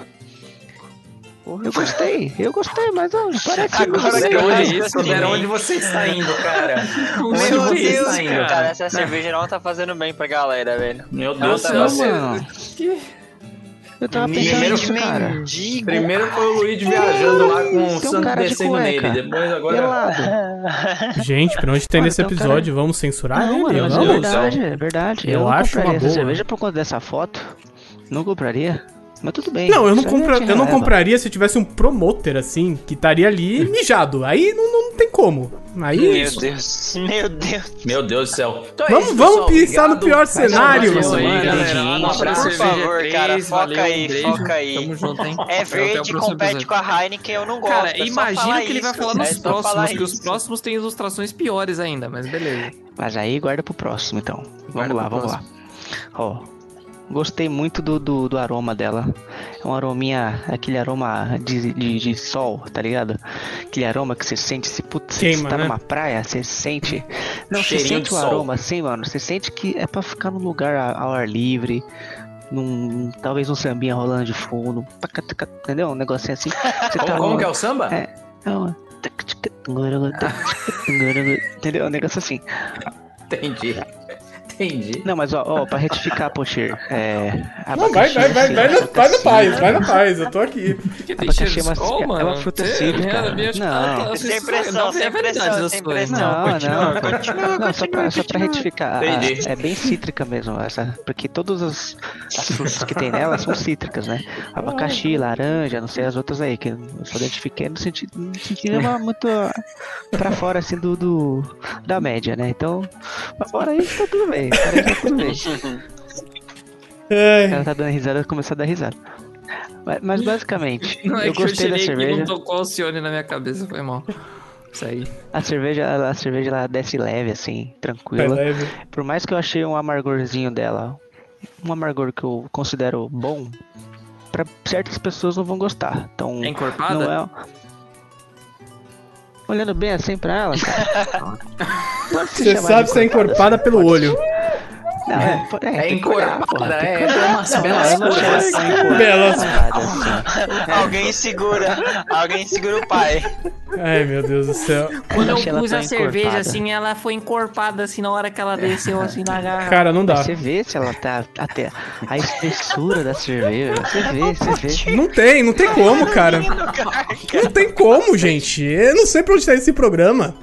Eu gostei, eu gostei, mas ó, parece que né? Agora não que eu sei. olhei. Onde isso, Vera? Onde você está indo, cara? é Onde Meu você Deus, está indo? cara. essa cerveja não tá fazendo bem pra galera, velho. Meu Ela Deus do tá céu. Não, você- mano. Eu tava pensando Primeiro- nisso, cara. mendigo. Primeiro foi o Luigi viajando lá com Tem o um santo cara de descendo cueca. nele. Depois agora. Pelado. Gente, pra onde tem Mano, nesse então, cara- episódio? Vamos censurar não, ele? mano, mas é não. Vamos? verdade, é verdade. Eu não acho compraria uma essa boa. cerveja por conta dessa foto. Não compraria. Mas tudo bem. né, Não, eu não, Isso aí compra, te eu não releva. compraria se eu tivesse um promoter assim, que estaria [laughs] ali mijado. Aí não, não tem como. Aí. Meu Deus. Meu Deus. Meu Deus do céu. Então é Vamos, isso, vamos pessoal. pensar no Obrigado. pior Vai cenário. salvar sua Aí, semana, galera, gente. lá Um na abraço. Por favor, cara, foca aí, foca aí. um Tamo junto, hein? É Até o verde, próximo compete episódio. com a Heineken, eu não gosto. é Cara, só imagina falar o que ele vai isso. falar É nos só falar próximos, que os isso. próximos têm ilustrações piores ainda, mas beleza. Mas aí guarda pro próximo, então. Guarda Vamos pro lá, vamos lá. Ó, gostei muito do, do, do aroma dela. É um arominha, aquele aroma de, de, de sol, tá ligado? Aquele aroma que você sente, se putz, você Queima, tá né? numa praia, você sente. Não, você Cheirinho sente de o sol. aroma assim, mano. Você sente que é pra ficar num lugar a- ao ar livre. Num, talvez um sambinha rolando de fundo. taca, taca, Entendeu? Um negocinho assim. Você Como, tá como numa- que é o samba? É. não, taca, taca, tungurungu, taca, taca, tungurungu, Entendeu? Um negócio assim. Entendi. Entendi. Não, mas ó, ó pra retificar, Pocher, é. Não, vai, vai, vai, vai, na- vai na paz, vai na paz, eu tô aqui. Porque Abacaxi é uma- é uma fruta Você- cítrica, minha- cara. minha- Não. ah, tá, Sem isso- pressão, não, sem é verdade pressão, das sem coisas. pressão. Não, continua, não, não, só pra, só pra retificar. a- Entendi. é bem cítrica mesmo, essa, porque todas as, as frutas que tem nela são cítricas, né? Ah. Abacaxi, laranja, não sei as outras aí, que eu só identifiquei no sentido, no sentido uma- muito ah, pra fora, assim, do, do- da média, né? Então, pra fora isso tá tudo bem, pra isso tá tudo bem. [laughs] Ai. Ela tá dando risada, começou a dar risada. Mas, mas basicamente, Não, é eu que eu gostei cheguei da aqui e cerveja. não tocou Alcione na minha cabeça, foi mal. Isso aí. É A cerveja, a cerveja ela desce leve, assim, Vai tranquila. leve. Por mais que eu achei um amargorzinho dela, um amargor que eu considero bom, pra certas pessoas não vão gostar. Então, É encorpada? não é. Olhando bem assim pra ela, [laughs] cara. Pode se Você chamar sabe de se é encorpada pelo olho. Não, é, pô- É tem que olhar, encorpada, porra, tem que é. olhar. Tem umas Não, belas eu não chamo coisas. assim encorpada, Belas. assim. [laughs] Alguém segura, alguém segura o pai. Ai, meu Deus do céu. [laughs] Quando Achei eu ela pus tão a cerveja encorpada. assim, ela foi encorpada assim na hora que ela desceu assim na garra. Cara, não dá. Você vê se ela tá até a espessura da cerveja. Você vê, você vê. Não tem, não tem como, [laughs] cara. Não tem como, gente. Eu não sei pra onde tá esse programa.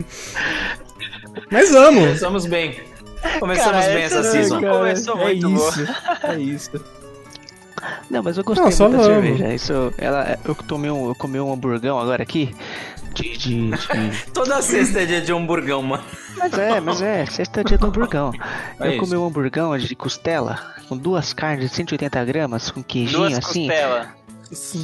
Mas amo. Começamos né? bem. Começamos Cara, bem essa essa- season. Começou muito boa. É isso. Não, mas eu gostei Não, só muito da vamos. cerveja. Isso, ela, eu tomei um, eu comi um hamburgão agora aqui. De, de, [laughs] de- Toda sexta é dia de hamburgão, mano. Mas é, mas é, sexta é dia do hamburgão. [laughs] É eu isso. comi um hamburgão de costela com duas carnes de 180 gramas com queijinho Duas assim. costelas.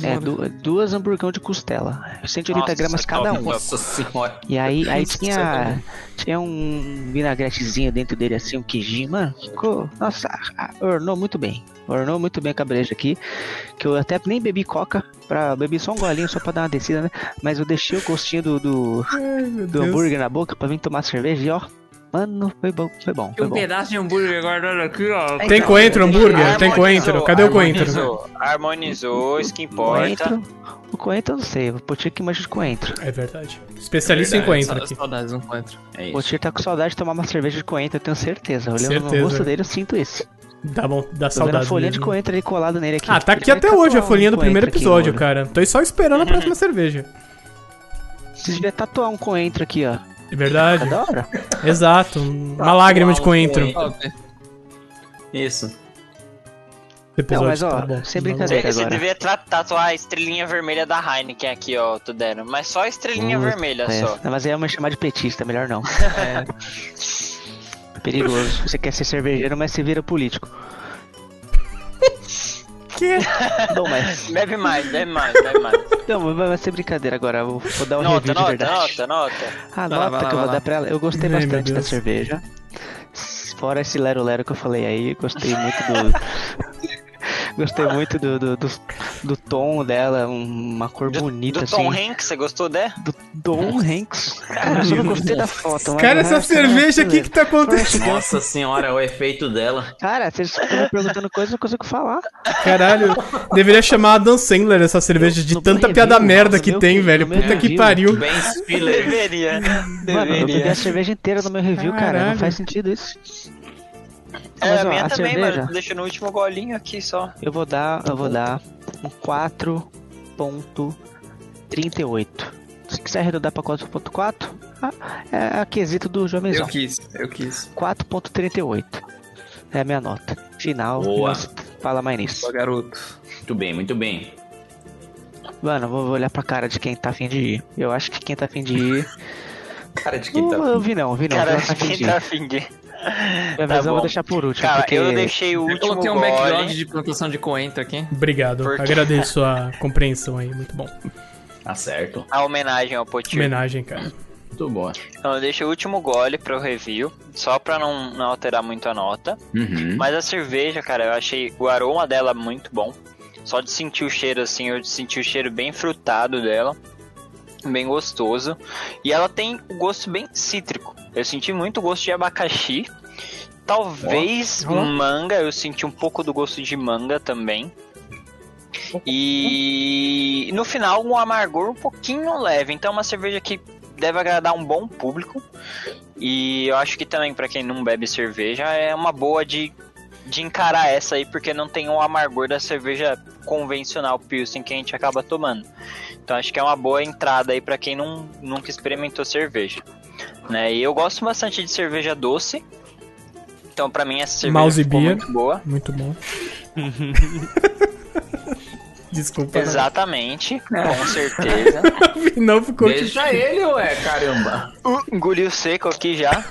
É, du- duas hamburgão de costela, 180 Nossa, gramas é cada um. Nossa senhora. É E aí, aí né? tinha, tinha um vinagretezinho dentro dele, assim, um queijinho, mano. Ficou, nossa, a- a- ornou muito bem. Ornou muito bem a cabreja aqui. Que eu até nem bebi coca, pra, bebi só um golinho só pra dar uma descida, né? Mas eu deixei o gostinho do, do, Ai, do meu Deus. hambúrguer na boca pra vir tomar cerveja e ó. Mano, foi bom, foi bom. Tem Foi um bom. pedaço de hambúrguer guardado aqui, ó. Então, Tem coentro, hambúrguer? Tem harmonizou, coentro. Cadê o coentro? harmonizou, Harmonizou, isso que importa. Coentro. O coentro eu não sei, o Potir que manja de coentro. É verdade. Especialista em coentro aqui. Saudades do coentro. É O isso. Potir tá com saudade de tomar uma cerveja de coentro, eu tenho certeza. Olhando Certeza. no rosto dele, eu sinto isso. Dá, bom, dá Tô vendo a saudade folhinha de mesmo. coentro ali colado nele aqui. Ah, tá Ele aqui vai até tatuar hoje a um folhinha do coentro primeiro aqui no episódio, olho. cara. Tô só esperando a próxima cerveja. Você devia tatuar um coentro aqui, ó. É Tá verdade. da hora. Exato. Uma lágrima de coentro. Isso. Não, Episódio mas ó, tá bom. sem Você, brincadeira você agora. devia tra- tatuar a estrelinha vermelha da Heineken aqui, ó, Tudero. Mas só a estrelinha Puta, vermelha, É, só. não, mas aí eu me chamar de petista, melhor [laughs] não. É. Perigoso. Você quer ser cervejeiro, mas você vira político. [laughs] Que? [laughs] Não, mas. Bebe mais, bebe mais, bebe [laughs] mais. Não, mas vai ser brincadeira agora. Eu vou dar um nota, review de nota, verdade. nota, nota. A Vai lá, vai Ah, nota lá, que vai eu vou lá. dar pra ela, eu gostei Ai, meu bastante da Deus. cerveja. Fora esse lero-lero que eu falei aí, gostei muito do. [laughs] gostei muito do, do, do, do tom dela, um- uma cor bonita, Do assim. Tom Hanks, você gostou dela? do Tom Hanks. Eu só não gostei da foto, mas Cara, o essa resto, cerveja né, aqui que tá acontecendo. Nossa senhora, o efeito dela. Cara, vocês estão me perguntando coisa, eu não consigo falar. Caralho, deveria chamar a Dan Sandler essa cerveja de No tanta meu piada review, merda nossa, que meu tem, que- velho. no meu Puta que review. pariu. Ben Spiller. [laughs] Deveria. Mano, eu bebi Deveria. a cerveja inteira no meu review, cara. Caralho. Não faz sentido isso. É, Mas, ó, a minha a também, cerveja, mano. Deixa no último golinho aqui só. eu vou dar, eu vou dar um 4.38. Se quiser arredondar pra 4.4, ah, é a quesito do Eu jovemzão. quis, eu quis. 4.38. É a minha nota. Final, Boa. não se fala mais nisso. Ó, garoto. [laughs] Muito bem, muito bem. Mano, eu vou olhar pra cara de quem tá afim de ir. Eu acho que quem tá afim de ir. Cara de quem Não, tá. eu vi não, vi não. Cara, eu tá afim de quem ir. tá afim de... Minha tá visão eu bom. vou deixar por último. Cara, porque... eu deixei o Eu último coloquei um background gole. de plantação de coentro aqui. Obrigado, Porque- agradeço a compreensão aí, muito bom. Tá certo. A homenagem ao Potir. Homenagem, cara. Muito bom. Então eu deixei o último gole pro review, só pra não, não alterar muito a nota. Uhum. Mas a cerveja, cara, eu achei o aroma dela muito bom. Só de sentir o cheiro assim, eu senti o cheiro bem frutado dela. Bem gostoso. E ela tem o gosto bem cítrico. Eu senti muito gosto de abacaxi. Talvez Ó. Ó. manga, eu senti um pouco do gosto de manga também. E no final um amargor um pouquinho leve. Então é uma cerveja que deve agradar um bom público. E eu acho que também pra quem não bebe cerveja é uma boa de, de encarar essa aí, porque não tem o amargor da cerveja convencional Pilsen que a gente acaba tomando. Então acho que é uma boa entrada aí pra quem não, nunca experimentou cerveja. Né? E eu gosto bastante de cerveja doce. Então pra mim essa cerveja Mouse ficou Beer. muito boa. Muito bom. Desculpa. Exatamente, com certeza. Não, não ficou. Deixa ele, ué, caramba. Engoliu seco aqui já.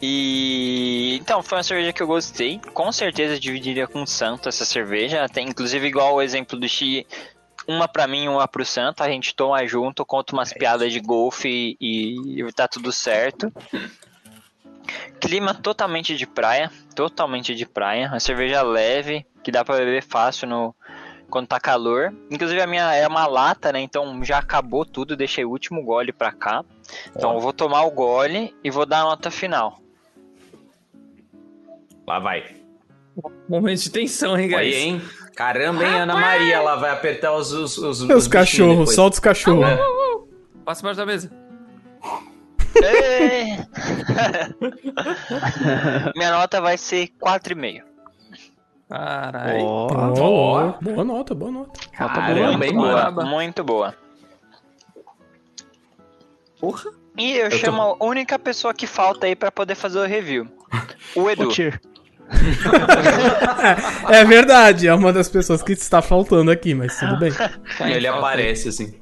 E então foi uma cerveja que eu gostei. Com certeza dividiria com o Santo essa cerveja. Tem inclusive igual o exemplo do Xi, uma pra mim, uma pro Santo. A gente toma junto, conta umas piadas de golfe e, e tá tudo certo. Clima totalmente de praia, totalmente de praia. Uma cerveja leve que dá pra beber fácil no quando tá calor. Inclusive a minha é uma lata, né? Então já acabou tudo, deixei o último gole pra cá. Então eu vou tomar o gole e vou dar a nota final. Lá vai. Momento de tensão, hein, Olha aí, guys? hein? Caramba, hein, Ana Maria? Ela vai apertar os. Os, os, Os os cachorros, bichinhos solta os cachorros. depois. É. Passa embaixo da mesa. Ei! [laughs] minha nota vai ser 4,5. Caralho. Ó, Ó, ó, boa nota, boa nota. Caramba, hein, mano? Boa, braba. muito boa. Porra. E eu, tô- chamo a única pessoa que falta aí pra poder fazer o review. O Edu. Potir. É verdade, é uma das pessoas que está faltando aqui, mas tudo bem. Ele aparece assim.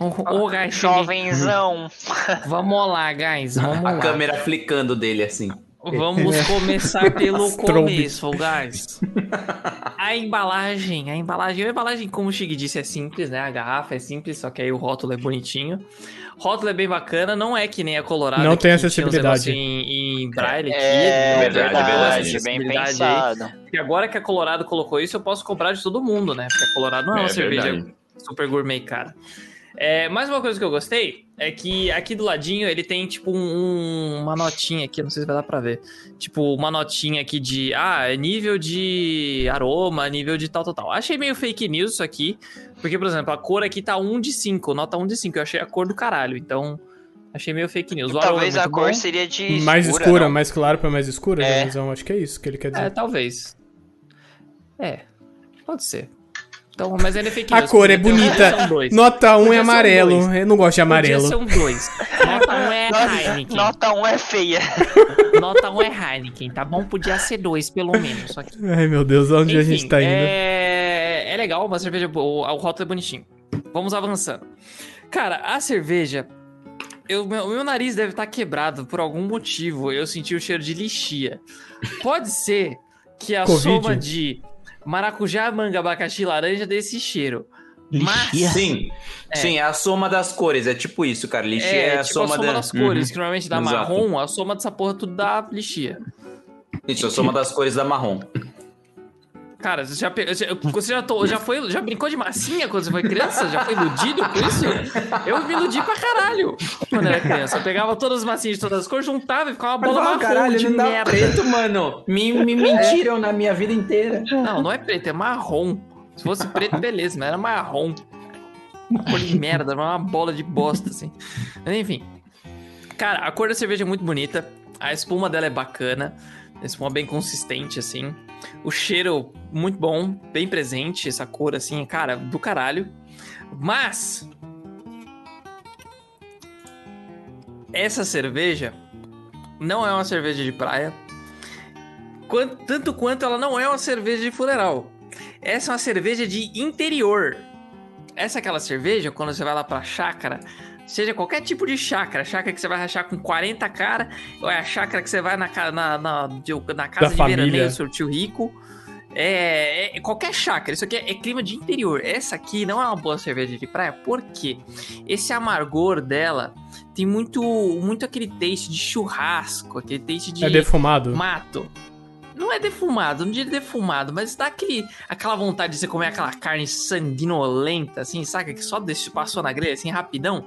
Ô, ô, guys, Jovenzão. vamos lá, [laughs] guys. Vamos A lá. câmera flicando dele assim. Vamos começar pelo As trombas. começo, guys. A embalagem, a embalagem, a embalagem, como o Chig disse, é simples, né? A garrafa é simples, só que aí o rótulo é bonitinho. Rótulo é bem bacana, não é que nem a colorada. Não que tem tinha uns acessibilidade. negócio Em, em braille tipo, aqui. É, verdade, verdade, verdade. bem Acessibilidade aí. pensado. E agora que a Colorado colocou isso, eu posso comprar de todo mundo, né? Porque a Colorado não é, uma cerveja super gourmet, cara. É, mais uma coisa que eu gostei É que aqui do ladinho ele tem, tipo, um- uma notinha aqui, não sei se vai dar pra ver. Tipo, uma notinha aqui de, ah, é nível de aroma, nível de tal, tal, tal. Achei meio fake news isso aqui, porque, por exemplo, a cor aqui tá 1 de 5, nota 1 de 5. Eu achei a cor do caralho, então achei meio fake news. O aroma Talvez é a muito cor bom. seria de. mais escura, escura, não? mais clara pra mais escura, É. Janizão. Acho que é isso que ele quer dizer. É, talvez. É, pode ser. Então, mas ainda é fake A news. cor é podia ter- bonita. São dois. Nota 1 Podia é ser um amarelo. dois. Eu não gosto Podia de amarelo. ser um dois. Nota 1 é Heineken. Nota 1 é feia. Nota 1 é Heineken, tá bom? Podia ser dois, pelo menos. Só que... Ai, meu Deus, onde a gente tá indo? É... é legal, uma cerveja boa, o rótulo é bonitinho. Vamos avançando. Cara, a cerveja. Eu, meu, meu nariz deve estar quebrado por algum motivo. Eu senti o cheiro de lixia. Pode ser que a Covid? soma de maracujá, manga, abacaxi e laranja dê esse cheiro. Mas- Lixia. Sim, sim, é a soma das cores, é tipo isso, cara. Lixê é, É, a tipo soma, a soma da- das Uhum. cores, que normalmente dá Exato. marrom, a soma dessa porra tudo dá lixia. Uhum. Isso, a soma das cores da marrom. Cara, você já, pe- já- você já, to- já, foi, já brincou de massinha quando você foi criança? Já foi iludido com isso? Eu me iludi pra caralho quando era criança. Eu pegava todas as massinhas de todas as cores, juntava e ficava uma bola marrom de merda. mano. Me, me mentiram na minha vida inteira. Não, não é preto, é marrom. Se fosse preto, beleza, mas era marrom. Uma cor de merda, era uma bola de bosta, assim. Mas, enfim. Cara, a cor da cerveja é muito bonita. A espuma dela é bacana. A espuma bem consistente, assim. O cheiro muito bom, bem presente, essa cor, assim, cara, do caralho. Mas. Essa cerveja não é uma cerveja de praia. Quan- tanto quanto ela não é uma cerveja de funeral. Essa é uma cerveja de interior. Essa é aquela cerveja, quando você vai lá pra chácara, seja qualquer tipo de chácara, chácara que você vai rachar com 40 cara, ou é a chácara que você vai na, ca- na, na, de- na casa Da de família. veraneio, seu tio rico. É, é- qualquer chácara, isso aqui é, é clima de interior. Essa aqui não é uma boa cerveja de praia, por quê? Esse amargor dela tem muito, muito aquele taste de churrasco, aquele taste de É defumado? mato. Não é defumado, não diria defumado, mas dá aquele, aquela vontade de você comer aquela carne sanguinolenta, assim, saca? Que só deixa, passou na grelha, assim, rapidão.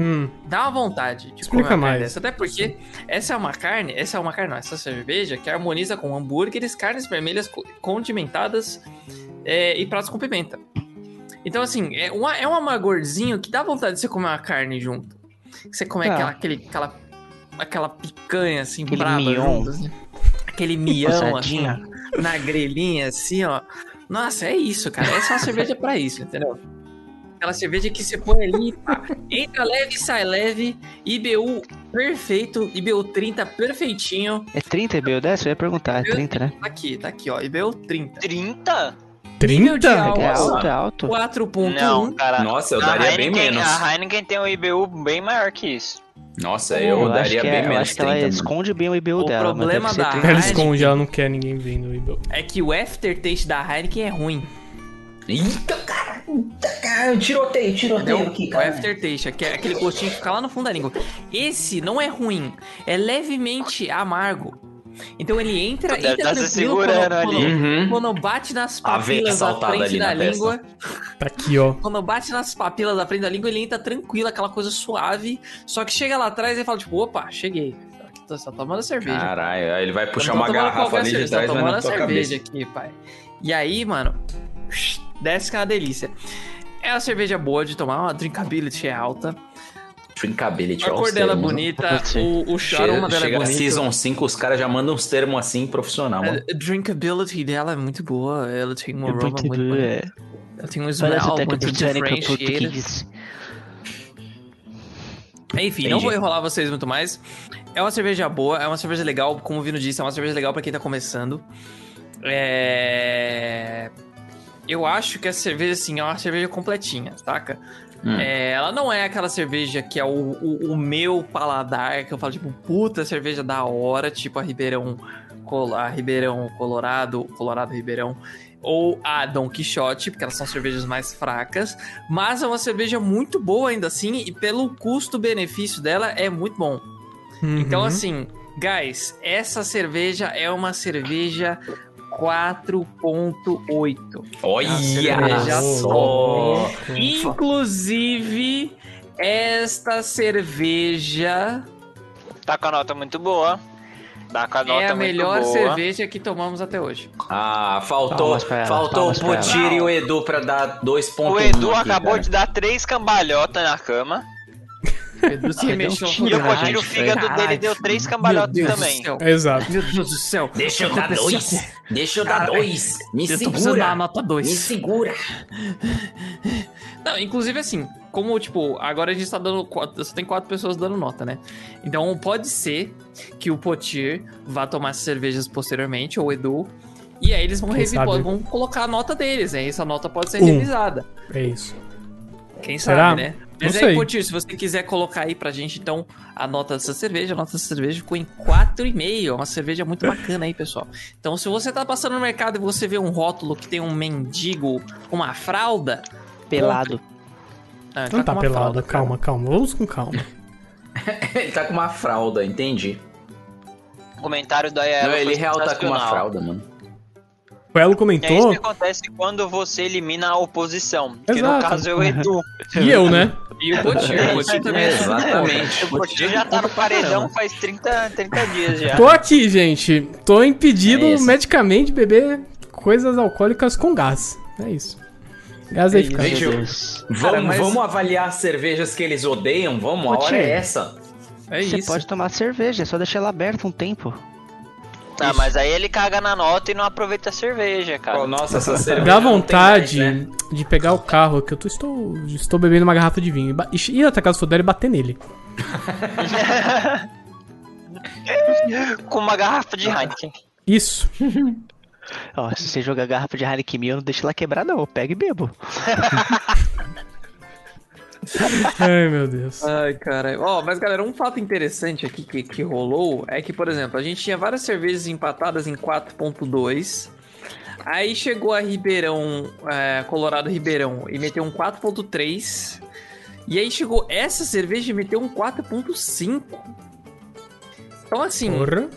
Hum. Dá uma vontade de Explica comer uma mais. carne dessa. Até porque essa é uma carne, essa é uma carne, não, essa cerveja que harmoniza com hambúrgueres, carnes vermelhas co- condimentadas é, e pratos com pimenta. Então, assim, é, uma, é um amargorzinho que dá vontade de você comer uma carne junto. Você comer É. Ah. aquela, aquele, aquela, aquela picanha, assim, Aquele braba mignon. junto, assim. Aquele mião, assim, Passadinha. ó, na grelhinha, assim, ó. Nossa, é isso, cara. Essa é uma cerveja pra isso, entendeu? Aquela cerveja que você põe ali, pá, entra leve, sai leve, IBU perfeito, IBU 30 perfeitinho. É 30 IBU dessa? Eu ia perguntar, é 30, né? Tá aqui, tá aqui, ó, IBU 30. 30? Nível de 30? álcool. É alto, Nossa. é alto. Não, 4.1. cara. Nossa, eu A daria bem Heineken- menos. A Heineken tem um IBU bem maior que isso. Nossa, eu, acho daria que bem é- eu menos. acho que ela 30, mano. esconde bem o IBU O dela. mas deve problema ser da 30. Ela Heineken. esconde, ela não quer ninguém vendo. Ibel. É que o aftertaste da Heineken é ruim. Eita, cara, eita, cara, tirotei, tirotei Entendeu? aqui, o cara. aftertaste, aque- aquele gostinho que fica lá no fundo da língua. Esse não é ruim, é levemente amargo. Então ele entra, Deve entra tá se tranquilo segurando ali. Uhum. quando bate nas A veia papilas da saltada frente ali da na testa. língua, Tá aqui, ó. Quando bate nas papilas da frente da língua, ele entra tranquilo, aquela coisa suave. Só que chega lá atrás e fala, tipo, opa, cheguei. Tô só tomando cerveja. Caralho, aí ele vai puxar Eu não Ah, uma tô Tá tomando garrafa qualquer ali de cerveja, trás, tô mas na tomando tua cerveja cabeça. aqui, pai. E aí, mano, desce que é uma delícia. É uma cerveja boa de tomar, uma drinkability é alta. Trincability, A ó, cor os dela é termos, né? bonita, [laughs] o, o Chega, aroma dela é chega a bonito. Season 5, os caras já mandam uns termos assim, profissional, mano. A drinkability dela é muito boa, ela tem um É aroma muito, muito bonito. duro, é. Ela tem um Parece smell até que muito britânica differentiated. português. Enfim, não Entendi. vou enrolar vocês muito mais. É uma cerveja boa, é uma cerveja legal, como o Vino disse, é uma cerveja legal pra quem tá começando. É... Eu acho que essa cerveja, assim, é uma cerveja completinha, saca? Hum. É, ela não é aquela cerveja que é o, o- o meu paladar, que eu falo, tipo, puta cerveja da hora, tipo a Ribeirão, Col- a Ribeirão Colorado, Colorado Ribeirão, ou a Don Quixote, porque elas são cervejas mais fracas, mas é uma cerveja muito boa ainda assim, e pelo custo-benefício dela é muito bom. Então, Uhum. assim, guys, essa cerveja é uma cerveja 4.8. Olha é Ah, cerveja só! top. Inclusive, Esta cerveja Tá com a nota muito boa. Tá com a nota é a muito melhor boa. cerveja que tomamos até hoje. Ah, faltou, Palmas pra ela, faltou o palmas pra Putiri e o Edu pra dar 2.1. O Edu aqui, acabou cara. de dar três cambalhotas na cama. O Edu se mexeu E eu Caralho, continuo o gente, fígado velho. dele deu três Meu cambalhotas Deus também. do céu. Exato. Meu Deus do céu. Deixa eu dar Aconteceu. dois. Deixa eu dar Caralho. dois. Me Eu tô precisando dar a segura. nota Me 2. segura. [laughs] Não, inclusive assim, como tipo, agora a gente tá dando. quatro- Só tem quatro pessoas dando nota, né? Então pode ser que o Potir vá tomar essas cervejas posteriormente, ou o Edu. E aí eles vão, Quem revi- sabe? vão colocar a nota deles, né? Essa nota pode ser Um. revisada. É isso. Quem Será? sabe, né? Mas Não aí, sei. Potir, se você quiser colocar aí pra gente, então, a nota dessa cerveja, a nota dessa cerveja ficou em 4,5. É uma cerveja muito bacana aí, pessoal. Então, se você tá passando no mercado e você vê um rótulo que tem um mendigo com uma fralda. Pelado. Ah, Não com tá uma pelado. fralda, cara. Calma, calma. Vamos com calma. Ele tá com uma fralda, entendi. O comentário da Yara Não, foi ele real tá com uma sensacional. fralda, mano. O Elo E é isso comentou. que acontece quando você elimina a oposição. Que no Exato. caso é o [laughs] Edu. E eu, né? E o Potir, o Potir também é Exatamente. O Potir já tá no paredão faz 30, 30 dias já. Tô aqui, gente. Tô impedido É isso. medicamente de beber coisas alcoólicas com gás. É isso. Gás é eficaz. Gente, eu- Deus. Vamos, Cara, mas- vamos avaliar as cervejas que eles odeiam? Vamos, a Ô, hora é tio. essa. É Você isso. pode tomar cerveja, é só deixar ela aberta um tempo. Tá, mas aí ele caga na nota e não aproveita a cerveja, cara. Oh, nossa, essa cerveja. Dá não tem vontade mais, né? de pegar o carro, que eu tô, estou, estou bebendo uma garrafa de vinho, e ba- e ir até a casa do Fodero e bater nele. Com uma garrafa [laughs] de Heineken. Isso. Ó, se você jogar garrafa de Heineken Mil, não deixa ela quebrar não, pega e bebo. Ai, meu Deus. Ai, cara. Ó, mas galera, um fato interessante aqui que, que rolou é que, por exemplo, a gente tinha várias cervejas empatadas em 4.2. Aí chegou a Ribeirão, é, Colorado Ribeirão, e meteu um 4.3. E aí chegou essa cerveja e meteu um 4.5. Então, assim, Porra.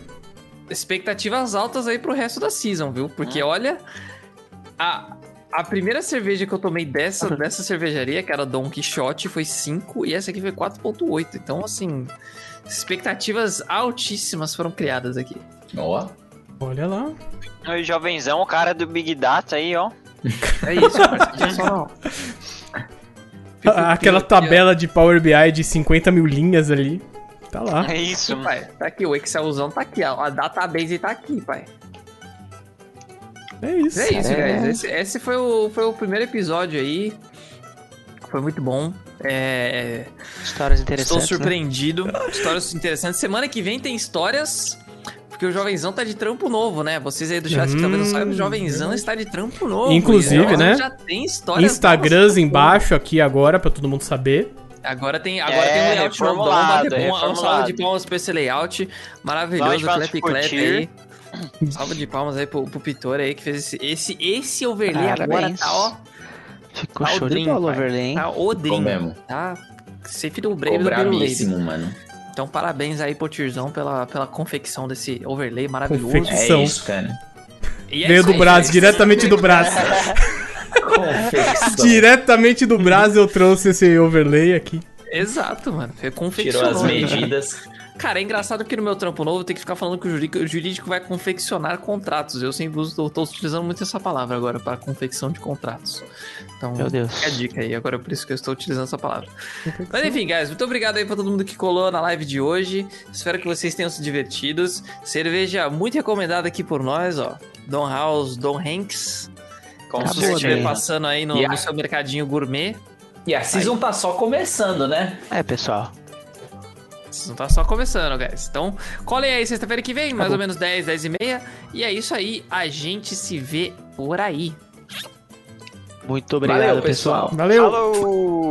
expectativas altas aí pro resto da season, viu? Porque olha, a, a primeira cerveja que eu tomei dessa, dessa cervejaria, que era Don Quixote, foi 5 e essa aqui foi 4.8. Então, assim, expectativas altíssimas foram criadas aqui. Ó. Olha lá. O jovenzão, o cara do Big Data aí, ó. É isso, parceiro. é só não. Fico A- Ah, Aquela pior- tabela de Power BI de 50 mil linhas ali. Tá lá. É isso. Pai, tá aqui, o Excelzão tá aqui, a, a database tá aqui, pai. É isso. É isso, É. guys. Esse, esse foi, o, foi o primeiro episódio aí. Foi muito bom. É, Histórias Estou interessantes, né? surpreendido. Histórias interessantes. Semana que vem tem histórias. Porque o Jovenzão tá de trampo novo, né? Vocês aí do chat que talvez não saibam, o Jovenzão está de trampo novo. Hum. Inclusive, Então, né? Já tem histórias. novas. Instagrams embaixo aqui agora pra todo mundo saber. Agora tem, agora É, tem um layout novo. Dá uma, reformulado, bater- uma, uma salva reformulado. de palmas pra esse layout. Nós Maravilhoso. vamos Clap, clap aí. curtir. Salva de palmas aí pro, pro Pitor aí que fez esse, esse, esse overlay agora. Parabéns. Tá, ó. Ficou Tá o show de Dream, bola, pai. Overlay, hein? Tá odrinho. Ficou mesmo. Tá. Safe do Brave Ficou do Pirulei. brabíssimo, mano. Então, parabéns aí, Potirzão, pela, pela confecção desse overlay maravilhoso. Confecção. É São. isso, cara. E é Veio isso do aí, Brás, gente. diretamente do Brás. [laughs] Confecção. diretamente do Brás eu trouxe esse overlay aqui. Exato, mano. Foi Tirou confeccionou. as medidas. Cara, é engraçado que no meu trampo novo tem que ficar falando que o jurídico, o jurídico vai confeccionar contratos. Eu sempre uso, eu tô utilizando muito essa palavra agora para confecção de contratos. Então, Meu Deus. Fica a dica aí, agora é por isso que eu estou utilizando essa palavra. Mas enfim, guys, muito obrigado aí pra todo mundo que colou na live de hoje. Espero que vocês tenham se divertidos. Cerveja muito recomendada aqui por nós, ó. Don House, Don Hanks. Com Então, se você boa, estiver né? passando aí no, Yeah. no seu mercadinho gourmet, E a season tá só começando, né? É, pessoal. isso não tá só começando, guys. Então, colhem aí sexta-feira que vem, mais ou menos 10, 10 e meia. E é isso aí, a gente se vê por aí. Muito obrigado, Valeu, pessoal. pessoal. Valeu. Falou!